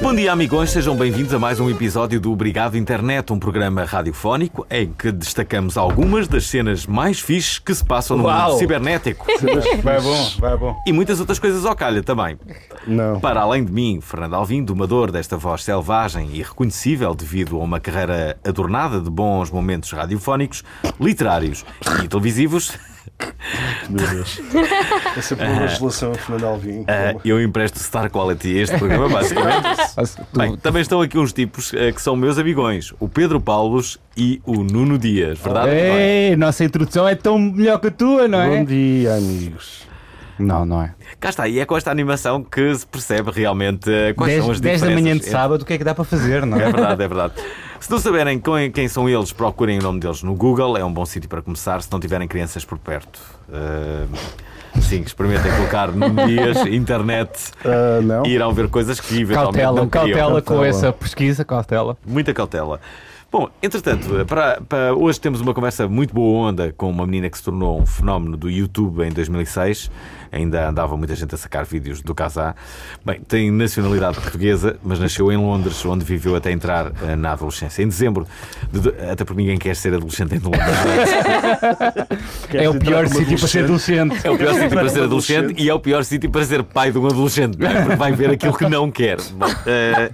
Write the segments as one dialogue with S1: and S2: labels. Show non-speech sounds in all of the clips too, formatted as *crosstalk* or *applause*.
S1: Bom dia, amigões. Sejam bem-vindos a mais um episódio do Obrigado Internet, um programa radiofónico em que destacamos algumas das cenas mais fixes que se passam no
S2: Uau!
S1: mundo
S2: *laughs*
S1: cibernético.
S3: Vai bom, vai bom.
S1: e muitas outras coisas ao calha também.
S3: Não.
S1: Para além de mim, Fernando Alvim, domador desta voz selvagem e reconhecível devido a uma carreira adornada de bons momentos radiofónicos, literários e televisivos,
S3: Meu Deus. É sempre uma legislação, Fernando Alvim.
S1: eh, eu empresto Star Quality a este programa, basicamente.
S2: *laughs*
S1: Bem, também estão aqui uns tipos eh, que são meus amigões, o Pedro Paulos e o Nuno Dias, verdade? amigões?
S2: Ei, nossa introdução é tão melhor que a tua, não é?
S3: Bom dia, amigos.
S2: Não, não é.
S1: Cá está, e é com esta animação que se percebe realmente eh, quais são as
S2: 10,
S1: diferenças.
S2: da manhã de
S1: entre-
S2: sábado, o que é que dá para fazer, não
S1: É
S2: é?
S1: *laughs* verdade, é verdade. Se não saberem quem, quem são eles, procurem o nome deles no Google, é um bom sítio para começar, se não tiverem crianças por perto. Ah, sim, experimentem colocar
S2: *laughs*
S1: num dias, internet,
S3: Ah, não?
S1: e é irão ver coisas que eventualmente
S2: Cautela,
S1: não queriam.
S2: cautela com
S3: Cautela.
S2: essa pesquisa, cautela.
S1: Muita cautela. Bom, entretanto, para, para hoje temos uma conversa muito boa onda com uma menina que se tornou um fenómeno do YouTube em 2006. Ainda andava muita gente a sacar vídeos do Casá. Bem, tem nacionalidade portuguesa, mas nasceu em Londres, onde viveu até entrar eh, na adolescência. Em dezembro, de do- até porque ninguém quer ser adolescente em Londres.
S3: Queres
S2: é o
S3: entrar
S2: pior
S3: como
S2: sítio para ser adolescente.
S1: É o pior sítio para ser adolescente
S3: Adolescente.
S1: e é o pior sítio para ser pai de um adolescente, não é? porque vai ver aquilo que não quer. Bom, eh,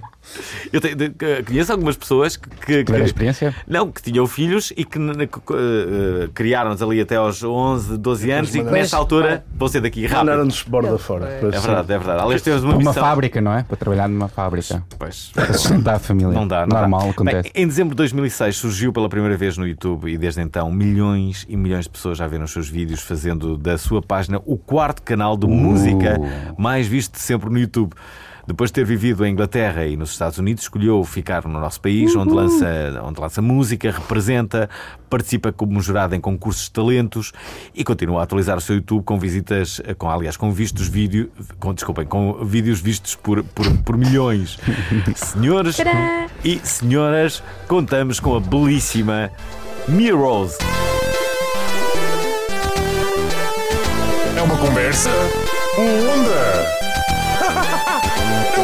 S1: eu tenho- de- eh, conheço algumas pessoas que- que-
S2: Tiveram
S1: que
S2: experiência?
S1: Não, que tinham filhos e que, n- que, eh, criaram-nos ali até aos 11, 12 anos e que
S3: mandaram-
S1: nessa altura vão ser daqui rápido.
S3: Mandaram-nos borda fora.
S1: É verdade, é verdade. Aliás, temos uma
S2: Para uma
S1: missão.
S2: fábrica, não é? Para trabalhar numa fábrica.
S1: Pois,
S2: Para sustentar a família.
S1: não dá, não
S2: Normal,
S1: dá.
S2: acontece.
S1: Bem, em dezembro de 2006 surgiu pela primeira vez no YouTube e desde então milhões e milhões de pessoas já viram os seus vídeos fazendo da sua página o quarto canal
S2: Uh.
S1: de música mais visto de sempre no YouTube. Depois de ter vivido em Inglaterra e nos Estados Unidos, escolheu ficar no nosso país, onde lança, onde lança música, representa, participa como jurado em concursos de talentos e continua a atualizar o seu YouTube com visitas, eh, com, aliás, com vistos vídeo, com, desculpem, com vídeos vistos por, por, por milhões. Senhores
S4: Tcharam!
S1: e senhoras, contamos com a belíssima Mia Rose.
S5: É uma conversa boa onda. *laughs* É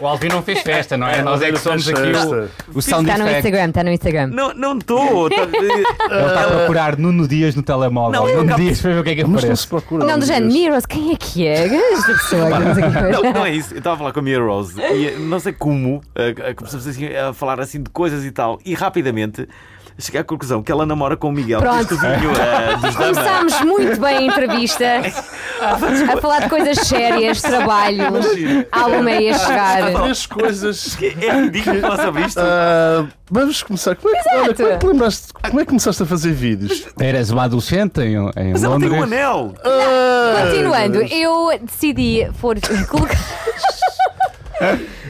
S2: O Alvin não fez festa, não é? Nós é que somos aqui
S3: festa.
S2: o, o sound
S4: Está Tá no
S2: effect.
S4: Instagram, está no Instagram.
S1: Não, não estou.
S2: Ele está a procurar Nuno Dias no telemóvel.
S1: Não, eu
S2: Nuno
S1: nunca-
S2: Dias para ver o que é que
S3: Mas não
S2: aparece.
S3: se procura.
S4: Não, do
S3: amigos.
S4: género, Miros, quem é que é? Esta pessoa que não sei o que
S1: Não,
S4: foi.
S1: não é isso. Eu estava a falar com a Mia Rose e eh, não sei como eh, eh, começamos assim a falar assim de coisas e tal. E rapidamente cheguei à conclusão que ela namora com o Miguel.
S4: Pronto.
S1: este vinho, eh, dos Dama.
S4: Começámos muito bem a entrevista a falar de coisas sérias, trabalho, álbum aí
S3: *laughs*
S4: a chegar.
S3: Três coisas.
S1: É ridículo falar sobre isto.
S3: Ah, vamos começar. Como é, que, olha, como é que lembraste? Como é que começaste a fazer vídeos?
S2: Eras uma adolescente em, em
S1: Mas ela
S2: Londres.
S1: tem um anel.
S3: Ah,
S4: Continuando, eu decidi for *laughs* colocar.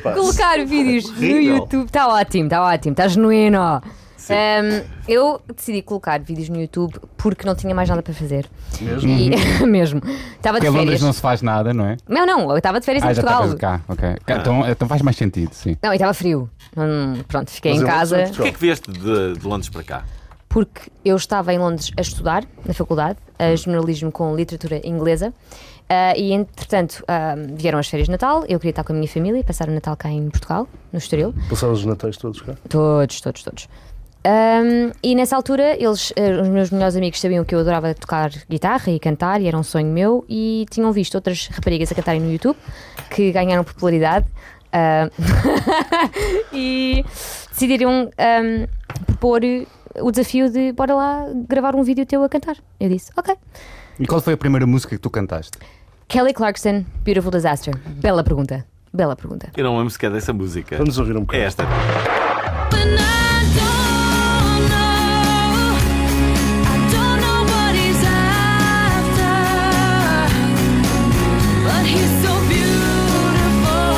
S4: Colocar vídeos no
S1: Horrível.
S4: YouTube está ótimo, está ótimo, está genuíno. Ahm, eu decidi colocar vídeos no YouTube porque não tinha mais nada para fazer.
S3: Mesmo?
S4: E, *laughs* mesmo. Estava
S2: Porque
S4: de
S2: em Londres
S4: férias.
S2: não se faz nada, não é?
S4: Não, não, eu estava de férias
S2: Ah,
S4: em
S2: já
S4: Portugal.
S2: estavas cá, ok. Cá, Então, então faz mais sentido, sim.
S4: Não, e estava frio. Hum, pronto, fiquei
S3: Mas
S4: em
S3: eu-
S4: casa
S1: O que é que vieste de, de Londres para cá?
S4: porque eu estava em Londres a estudar na faculdade, a jornalismo com literatura inglesa. ah, e entretanto ah, vieram as férias de Natal, eu queria estar com a minha família e passar o Natal cá em Portugal, no Estoril.
S3: Passaram os natais todos cá?
S4: Todos, todos, todos. Ahm, e nessa altura, eles, eh, os meus melhores amigos sabiam que eu adorava tocar guitarra e cantar, e era um sonho meu, e tinham visto outras raparigas a cantarem no YouTube que ganharam popularidade ahm, *laughs* e decidiram ahm, propor eh, o desafio de bora lá gravar um vídeo teu a cantar. Eu disse, ok.
S2: E qual foi a primeira música que tu cantaste?
S4: Kelly Clarkson, Beautiful Disaster. Bela pergunta. Bela pergunta.
S1: Eu não lembro sequer dessa música.
S3: Vamos ouvir um
S1: É
S3: bocado.
S1: esta.
S6: When I don't know, I don't know what he's after, but he's so beautiful,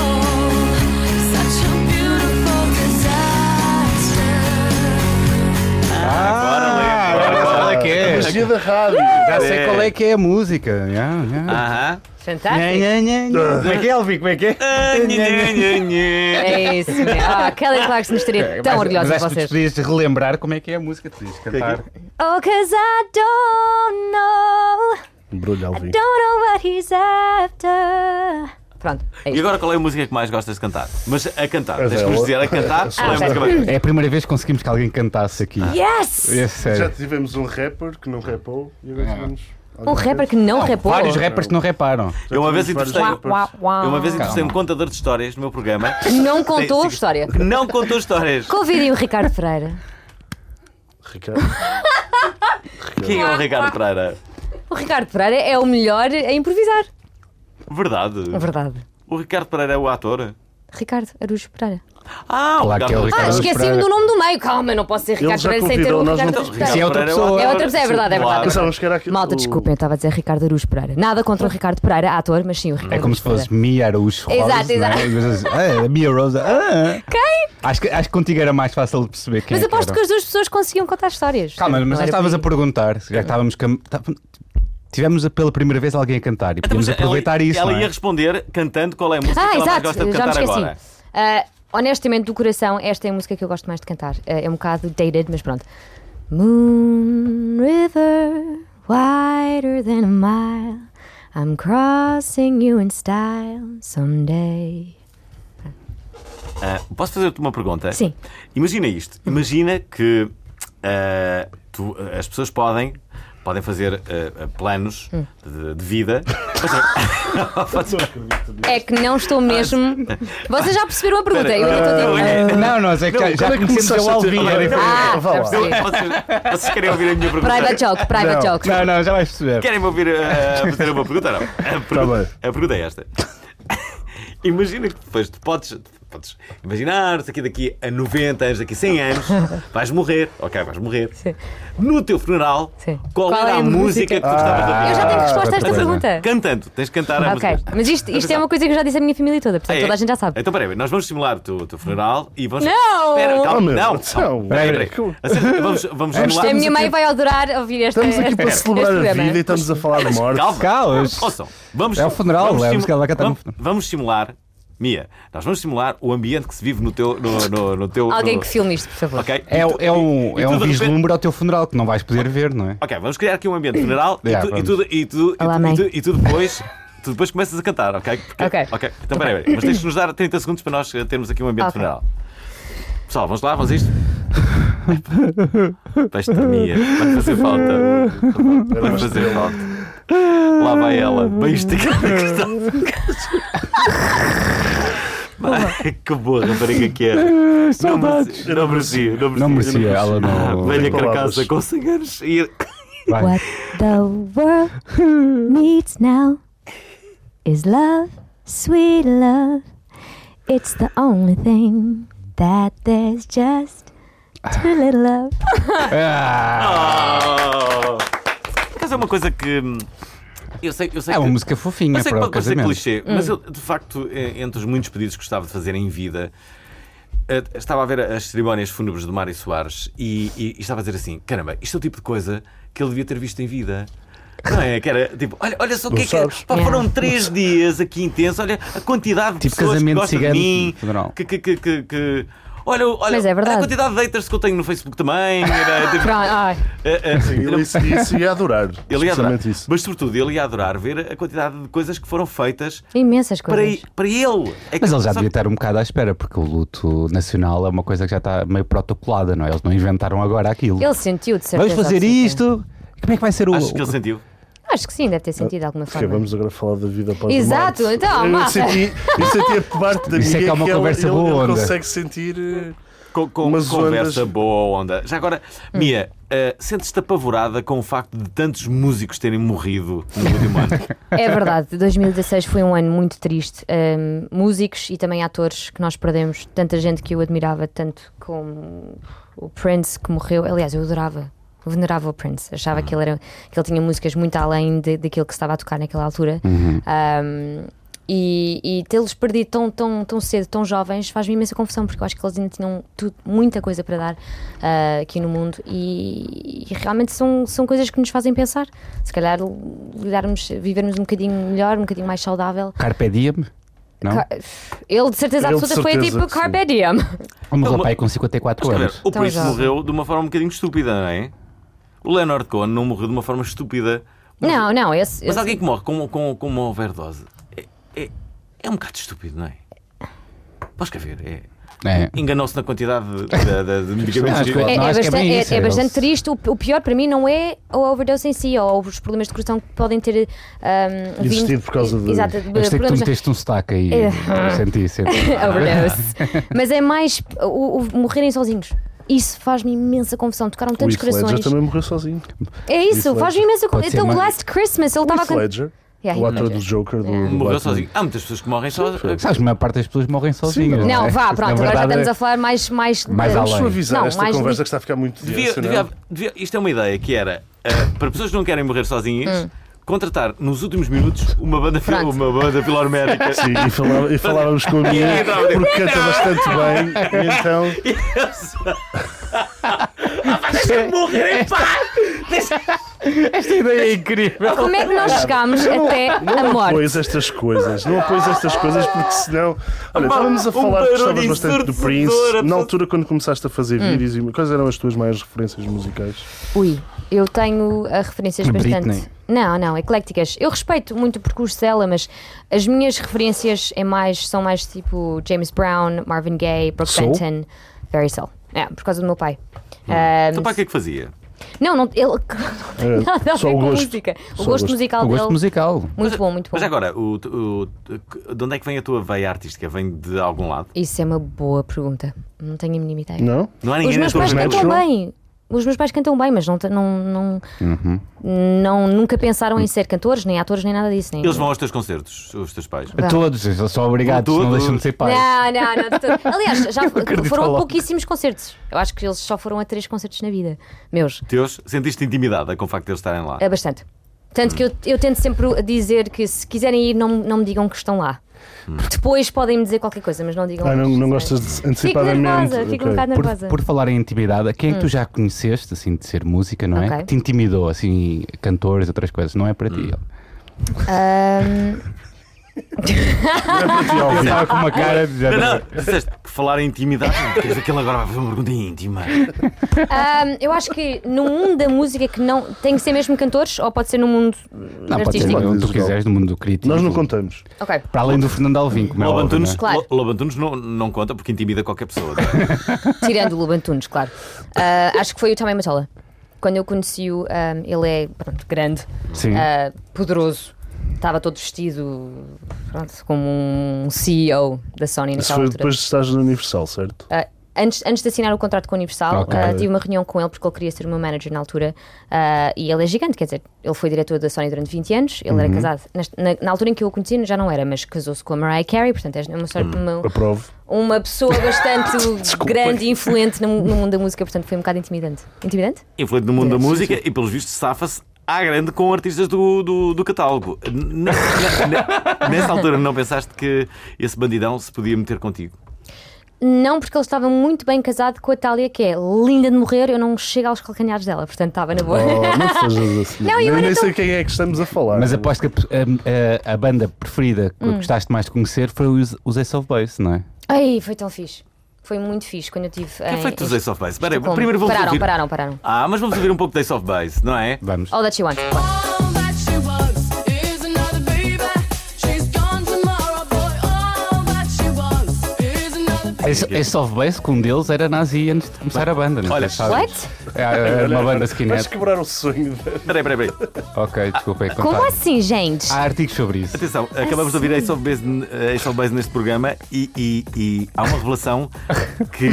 S6: such a beautiful disaster.
S1: Agora lembro.
S2: agora
S1: Agora
S2: qual é que é?
S3: A Ah, magia da rádio.
S2: Já sei qual é que é a música. Yeah, yeah.
S1: Aham. *laughs*
S4: Fantástico.
S2: Nha, nha, nha. Como é que é, Elvi? Como é que é?
S4: É isso mesmo. Ah, Kelly Clarkson estaria tão
S2: Mas-
S4: Então,
S2: mas
S4: orgulhosa de
S2: acho que
S4: vocês.
S2: tu podias relembrar como é que é a música. Tu podias cantar.
S4: Oh, cause I don't know.
S3: Brulho, Alvin.
S4: Don't know what he's after. Pronto, é
S1: E
S4: isso.
S1: agora qual é a música que mais gostas de cantar? Mas a cantar,
S3: A
S1: tens que nos dizer
S3: dela.
S1: a cantar qual é a
S4: Ah,
S1: música mais
S2: É a primeira vez que conseguimos que alguém cantasse aqui.
S4: Yes!
S2: É
S3: Já
S2: sério.
S3: tivemos um rapper que não rapou e agora tivemos.
S4: Um rapper que não rapou.
S2: Vários rappers que não reparam.
S1: Eu uma vez entrevistei.
S4: Uá, uá, uá.
S1: Eu uma vez entrevistei um
S2: Calma.
S1: contador de histórias no meu programa
S4: Não contou a
S1: Sim, sim.
S4: história.
S1: que não contou histórias.
S4: Convidem o Ricardo Freire.
S3: Ricardo.
S1: Quem é o Ricardo Pereira?
S4: O Ricardo Pereira é o melhor a improvisar.
S1: Verdade.
S4: É verdade.
S1: O Ricardo Pereira é o ator.
S4: Ricardo Arujo Pereira.
S1: Ah, o
S2: Claro que é o
S4: Ah,
S2: Ricardo
S4: esqueci-me
S2: Pereira.
S4: do nome do meio. Calma, eu não posso ser
S3: Ele
S4: Ricardo
S3: já
S4: Pereira sem ter
S3: convidou,
S4: o
S3: nós
S4: Ricardo
S3: não-
S4: Arujo
S1: Ricardo
S2: Sim, é
S1: Pereira
S2: outra
S4: Pereira.
S2: pessoa.
S1: o ator.
S4: É outra pessoa, é verdade, é
S1: Claro.
S4: verdade.
S3: Pensávamos que era aqui.
S4: Malta,
S3: o-
S4: desculpem, eu estava a dizer Ricardo Arujo Pereira. Nada contra o Ricardo Pereira, ator, mas sim o Ricardo
S2: É como se
S4: Araújo
S2: fosse Mia Araújo Rose.
S4: Exato,
S2: não é?
S4: exato.
S2: E depois, Ah, Mia Rosa. Ah.
S4: *laughs* Quem?
S2: Acho que, acho que contigo era mais fácil de perceber quem
S4: Mas
S2: é que
S4: aposto
S2: era.
S4: que as duas pessoas conseguiam contar histórias.
S2: Calma,
S4: Não
S2: mas já
S4: era
S2: estavas
S4: por
S2: a
S4: aí.
S2: perguntar. Já que
S4: É.
S2: estávamos. cam- tá- Tivemos a- pela primeira vez alguém a cantar e podíamos
S1: Então, Ela-
S2: aproveitar isso.
S1: Ela
S2: não é?
S1: ia responder cantando qual é a música
S4: Ah,
S1: que ela mais
S4: exato,
S1: gosta de
S4: já me
S1: cantar
S4: esqueci.
S1: agora.
S4: Ah, honestamente, do coração, esta é a música que eu gosto mais de cantar. Ah, é um bocado dated, mas pronto. Moon River, wider than a mile. I'm crossing you in style someday.
S1: Ah, posso fazer-te uma pergunta?
S4: Sim.
S1: Imagina isto. Imagina que ah, tu- as pessoas podem, podem fazer ah, ah, planos
S4: Hum.
S1: de, de vida.
S4: É que não estou mesmo. Vocês já perceberam a pergunta? Eu não estou a dizer.
S2: Não, nós é que já, já
S3: Quando é que
S2: conhecemos
S3: começaste
S2: o
S3: a
S2: Alvin.
S3: ter-
S2: era diferente.
S4: Ah,
S3: Vá lá.
S4: já percebi.
S1: *laughs* vocês, vocês querem ouvir a minha pergunta?
S4: Private joke, private joke.
S2: Não, não, já vais perceber.
S1: Querem-me ouvir ah, fazer uma pergunta ou não? A pergunta, a pergunta é esta. *laughs* Imagina que depois tu podes, podes imaginar-te aqui daqui a 90 anos, daqui a 100 anos, vais morrer, ok, vais morrer. No teu funeral,
S4: Sim.
S1: qual,
S4: Qual
S1: era
S4: é
S1: a
S4: a
S1: música que tu gostavas de ouvir?
S4: Eu já tenho resposta a
S2: outra
S4: esta
S2: coisa.
S4: pergunta.
S1: Cantando, tens de cantar a
S4: Ok,
S1: música.
S4: mas isto, isto é uma coisa que eu já disse à minha família toda, portanto
S1: É,
S4: toda a gente já sabe.
S1: Então peraí, nós vamos simular o teu, o teu funeral e vamos.
S4: Não!
S1: Espera, calma,
S3: Oh, meu,
S1: não!
S3: então,
S1: Peraí, peraí. Acerta, Vamos, vamos simular.
S4: A minha mãe vai adorar ouvir esta.
S3: é- Estamos aqui
S4: este-
S3: para
S4: *laughs* este
S3: celebrar a
S4: programa. né?
S3: vida e estamos a falar de morte.
S1: Calma.
S2: Calma.
S1: Ouçam, vamos,
S2: É o funeral,
S1: vamos
S2: é a
S1: simu-
S2: música, ela vai cantar no
S1: vamos, vamos simular, Mia, nós vamos simular o ambiente que se vive no teu. No, no, no teu
S4: Alguém
S1: no-
S4: que filme isto, por favor.
S1: Ok?
S2: É, é um,
S1: e
S2: é um
S1: tudo de repente-
S2: vislumbre ao teu funeral que não vais poder ver, não é?
S1: Ok, vamos criar aqui um ambiente funeral e
S2: Yeah,
S1: tu- e tu-
S2: vamos.
S1: e tu- e
S4: Olá,
S1: tu-
S4: mãe.
S1: e tu- e tu depois. Tu depois começas a cantar, ok? Porque-
S4: Ok.
S1: Então peraí, peraí, mas tens de nos dar 30 segundos para nós eh, termos aqui um ambiente
S4: Ok.
S1: funeral. Pessoal, vamos lá,
S2: *laughs*
S1: vamos a isto? Peste Mia, vai fazer falta. Vai fazer falta. Lá vai ela, bem esticada que
S2: *laughs*
S1: está. Vai, Que boa rapariga que
S2: *laughs*
S1: é. Não merecia, não merecia. Não merecia,
S2: Não merecia, ela
S1: Ah,
S2: não.
S1: Velha carcaça
S3: palavras.
S1: com cigarros e.
S2: Vai.
S4: What the world needs now is love, sweet love. It's the only thing that there's just too little love.
S2: Ah,
S1: Oh! Mas é uma coisa que. hum, Eu sei, eu sei
S2: é uma
S1: que-
S2: música fofinha
S1: Eu sei que
S2: para o
S1: pode parecer
S2: casamento.
S1: clichê,
S4: Hum.
S1: mas eu, de facto, eh, entre os muitos pedidos que gostava de fazer em vida, eh, estava a ver as cerimónias fúnebres do Mário Soares e, e- e estava a dizer assim: caramba, isto é o tipo de coisa que ele devia ter visto em vida. Não é? Que era tipo, olha, olha só o que é que é.
S3: sabes.
S1: Pá, foram três dias aqui intensos, olha a quantidade de
S2: Tipo
S1: pessoas que
S2: casamento
S1: gostam de
S2: cigano,
S1: mim.
S2: funeral.
S1: Que, que, que, que- que- Olha, olha,
S4: Mas é
S1: olha a
S4: verdade.
S1: quantidade de haters que eu tenho no Facebook também. Era, tipo,
S4: Pronto, ai.
S1: eh,
S3: *laughs*
S1: eh,
S3: Ele isso, isso ia adorar.
S1: ele ia adorar.
S3: Especialmente isso.
S1: Mas sobretudo, ele ia adorar ver a quantidade de coisas que foram feitas
S4: Imensas
S1: para,
S4: coisas.
S1: para ele. É que-
S2: Mas ele já
S1: sabe-
S2: devia estar um bocado à espera, porque o luto nacional é uma coisa que já está meio protocolada, não é? Eles não inventaram agora aquilo.
S4: Ele sentiu de certeza.
S2: Vamos fazer
S4: absoluta.
S2: isto. Como é que vai ser o.
S1: Acho que ele sentiu.
S4: Acho que sim, deve ter sentido de alguma
S3: Ok,
S4: forma.
S3: vamos agora falar da vida após
S4: Exato,
S3: a morte.
S4: então,
S3: eu
S4: malta.
S3: senti, eu senti a parte da
S2: Isso é
S3: minha
S2: que é uma
S3: ele-
S2: conversa
S3: ele,
S2: boa
S3: ele
S2: onda.
S3: consegue sentir eh,
S1: Com, com
S3: Umas
S1: conversa
S3: ondas.
S1: boa onda. Já agora,
S2: Hum.
S1: Mia, eh, sentes-te apavorada com o facto de tantos músicos terem morrido no último ano?
S4: É verdade, 2016 foi um ano muito triste. Hum, músicos e também atores que nós perdemos, tanta gente que eu admirava, tanto como o Prince que morreu. Aliás, eu adorava, venerava o Prince. Achava que, ele era, que ele tinha músicas muito além de, daquilo que se estava a tocar naquela altura. Hum, e, e tê-los perdido tão, tão, tão cedo, tão jovens, faz-me imensa confusão, porque eu acho que eles ainda tinham tudo- muita coisa para dar ah, aqui no mundo e, e realmente são, são coisas que nos fazem pensar. Se calhar lidarmos, vivermos um bocadinho melhor, um bocadinho mais saudável.
S2: Carpe diem? Não?
S4: Ca- Ele de certeza
S3: Ele de
S4: absoluta foi
S3: certeza
S4: tipo
S3: que sim.
S4: Carpe Diem.
S2: Vamos
S1: Ele-
S2: lá, pai, com Então 54
S1: Quer dizer,
S2: anos.
S1: o
S4: Tão
S1: Prince
S4: jovem.
S1: morreu de uma forma um bocadinho estúpida, não é? O Leonard Cohen não morreu de uma forma estúpida. Mas-
S4: Não, não, esse.
S1: Mas
S4: esse-
S1: alguém que morre com, com, com uma overdose é, é, é um bocado estúpido, não é? Podes quer ver, é.
S2: É.
S1: Enganou-se na quantidade de, de- de- de medicamentos que
S2: Acho que
S4: É,
S2: Não,
S4: é
S2: acho que é
S4: bastante,
S2: bem
S4: é-
S2: isso,
S4: é
S2: é
S4: bastante
S2: isso.
S4: triste. O, o pior para mim não é a overdose em si, ou os problemas de coração que podem ter ahm, vindo-
S3: Existido por causa de-
S4: Exato,
S2: Eu sei que tu
S4: problemas-
S2: meteste um sotaque aí.
S4: É.
S2: Eu Senti, senti.
S4: *laughs* overdose.
S3: *laughs*
S4: Mas é mais o, o morrerem sozinhos. Isso faz-me imensa confusão. Tocaram
S3: O
S4: tantos
S3: Heath Ledger
S4: corações.
S3: também morreu sozinho.
S4: É isso,
S3: Heath
S4: faz-me imensa
S2: Pode
S4: confusão.
S2: ser
S4: Então,
S2: mais-
S4: Last Christmas, ele
S3: O
S4: estava
S3: Heath
S4: com. É,
S3: Ledger,
S4: Yeah,
S3: o
S4: Heath
S3: ator do
S4: Ledger.
S3: Joker do. do
S1: morreu
S3: Batman.
S1: sozinho. Há muitas é pessoas que morrem só.
S2: Sabes, a maior parte das pessoas morrem sozinhas.
S4: Não,
S2: é?
S4: vá, pronto,
S2: Na
S4: agora já
S2: verdade,
S4: estamos a falar mais. Mais,
S2: Mais
S4: eh,
S2: além.
S3: Suavizar
S4: Não,
S3: esta
S4: mais
S3: conversa
S4: li-
S3: que está a ficar muito
S1: Devia,
S3: direcionada.
S1: devia- devia- isto é uma ideia que era ah, para pessoas que não querem morrer sozinhas,
S4: Hum.
S1: contratar nos últimos minutos uma banda, fil-
S4: Pronto.
S1: uma banda
S4: *laughs*
S1: filarmédica.
S3: Sim, e, falava- e
S1: *laughs*
S3: falávamos com a
S1: E
S3: minha
S1: entrava dentro.
S3: porque canta bastante bem. E então,
S1: Morrer em paz!
S2: Esta ideia é incrível.
S4: *laughs* Como é que nós chegámos até a
S3: não
S4: morte?
S3: apoies estas coisas. Não apoies estas coisas porque senão. Olha, estávamos a
S1: um
S3: falar que
S1: barulho
S3: gostavas bastante do Prince.
S1: ensurdecedor,
S3: Na altura, quando começaste a fazer
S4: Hum.
S3: vídeos, e quais eram as tuas maiores referências musicais?
S4: Ui, eu tenho ah, referências
S2: Britney.
S4: bastante. Não, não, eclécticas. Eu respeito muito o percurso dela, mas as minhas referências é mais, são mais tipo James Brown, Marvin Gaye, Brooke
S3: Soul? Hum.
S4: Benton, Very Soul. É, por causa do meu pai. Ah,
S1: Então, para que é que fazia?
S4: Não, não, ele *laughs* não tem
S3: É,
S4: nada a
S3: só
S4: ver
S3: o
S4: com
S3: gosto.
S4: música. O
S3: Só o
S4: gosto,
S3: gosto.
S4: musical
S2: O gosto
S4: dele.
S2: musical.
S4: Muito bom, muito bom.
S1: Mas agora, o- o- o- de onde é que vem a tua veia artística? Vem de algum lado?
S4: Isso é uma boa pergunta. Não tenho a mínima ideia.
S3: Não?
S1: Não há
S4: Os
S1: ninguém na
S4: meus
S1: tua
S4: pais
S1: família?
S4: cantam
S3: não?
S4: bem. Os meus pais cantam bem, mas não, te- não, não,
S3: Uhum.
S4: não- nunca pensaram
S3: Hum.
S4: em ser cantores, nem atores, nem nada disso. Nem...
S1: Eles vão aos teus concertos, os teus pais.
S4: Vá.
S2: Todos, eu sou obrigado,
S1: Todos.
S2: não deixam de ser pais.
S4: Não, não, não. de todo.
S2: *laughs*
S4: Aliás, já
S2: acredito
S4: foram a
S2: logo.
S4: pouquíssimos concertos. Eu acho que eles só foram a três concertos na vida. Meus.
S1: Teus, sentiste intimidada com o facto de eles estarem lá?
S4: É bastante. Tanto que eu, eu tento sempre dizer que se quiserem ir, não, não me digam que estão lá.
S2: Hum.
S4: Depois podem me dizer qualquer coisa, mas não digam
S3: Ah, não,
S4: antes,
S3: não
S4: sim.
S3: gostas de
S4: Fico
S3: antecipadamente?
S4: nervosa, fico um
S3: Ok.
S4: bocado
S2: Por,
S4: nervosa.
S2: por falar em intimidade, quem é que tu já conheceste, assim, de ser música, não é?
S4: Hum. Ok.
S2: Que te intimidou, assim, cantores, outras coisas, não é para
S3: Hum.
S2: ti?
S4: Ahm,
S2: Ele estava com uma cara de
S1: Não, não, disseste que falar em intimidade. Quer dizer que ele agora vai fazer uma pergunta íntima.
S4: ahm, eu acho que no mundo da música que não tem que ser mesmo cantores ou pode ser no mundo hum,
S2: Não, Ah, pode ser
S4: artístico.
S2: onde tu
S3: Artístico.
S2: quiseres, no mundo do crítico.
S3: Nós não contamos.
S4: Ok.
S2: Para além do Fernando Alvim, como é
S1: Lobo
S2: óbvio,
S1: Antunes,
S2: não é?
S4: Claro.
S1: Lo- Lobo Antunes não, não conta porque intimida qualquer pessoa. não
S4: *laughs*
S1: é?
S4: Tirando o Luban Tunes, claro. Ah, acho que foi o Tomé Matola. Quando eu conheci-o, ahm, ele é pronto, grande,
S2: é? Sim.
S3: é,
S4: ah, poderoso. Estava todo vestido pronto, como um CEO da Sony
S3: Isso
S4: naquela
S3: foi
S4: altura.
S3: depois de estares no Universal, certo?
S4: Ah, antes, antes de assinar o contrato com a Universal,
S2: Ok.
S4: ah, tive uma reunião com ele porque ele queria ser o meu manager na altura ah, e ele é gigante, quer dizer, ele foi diretor da Sony durante 20 anos, ele
S3: Uhum.
S4: era casado. Nas- Na, na altura em que eu o conheci, já não era, mas casou-se com a Mariah Carey, portanto é uma, história-
S3: Hum.
S4: uma, *laughs*
S3: Aprovo.
S4: uma pessoa
S3: *laughs*
S4: bastante grande e influente no, no mundo da música, portanto foi um bocado intimidante. Intimidante?
S1: Influente no mundo da música e, pelos vistos, safa-se à grande com artistas do, do, do catálogo. N- n- n- nessa altura, não pensaste que esse bandidão se podia meter contigo?
S4: Não, porque ele estava muito bem casado com a Thalia, que é linda de morrer, eu não chego aos calcanhares dela, portanto estava na boa.
S3: Oh, não sejas assim.
S4: Não, eu
S3: nem
S4: era
S3: nem
S4: tão-
S3: sei quem é que estamos a falar.
S2: Mas aposto que a, a- a banda preferida
S4: Hum.
S2: que gostaste mais de conhecer foi os, os Ace of Base, não é?
S4: Ai, foi tão fixe. Foi muito fixe quando eu tive.
S1: é Que
S4: em-
S1: foi que
S4: em
S1: os Ace of Base? Espera aí,
S4: Estocolmo.
S1: primeiro vamos
S4: é pararam,
S1: ouvir.
S4: pararam, pararam.
S1: Ah, mas vamos ouvir um pouco de Ace of Base, não é?
S2: Vamos.
S4: All that you want.
S6: All that she wants is another baby. She's gone tomorrow, boy. All that she wants is another baby.
S1: assim.
S2: Esse, esse soft bass que um deles era nazi antes de começar a banda, não
S1: Olha,
S2: sei se sabes.
S4: What?
S2: É, é, é uma banda
S3: Vais
S2: skinhead.
S3: quebrar o sonho.
S1: Peraí, peraí, peraí.
S2: Ok, desculpa, é
S4: Como
S2: contar.
S4: assim, gente?
S2: Há artigos sobre isso.
S1: Atenção,
S4: É
S1: acabamos de ouvir Ace of Base, eh, Ace of Base neste programa e, e- e há uma revelação
S2: *laughs*
S1: que.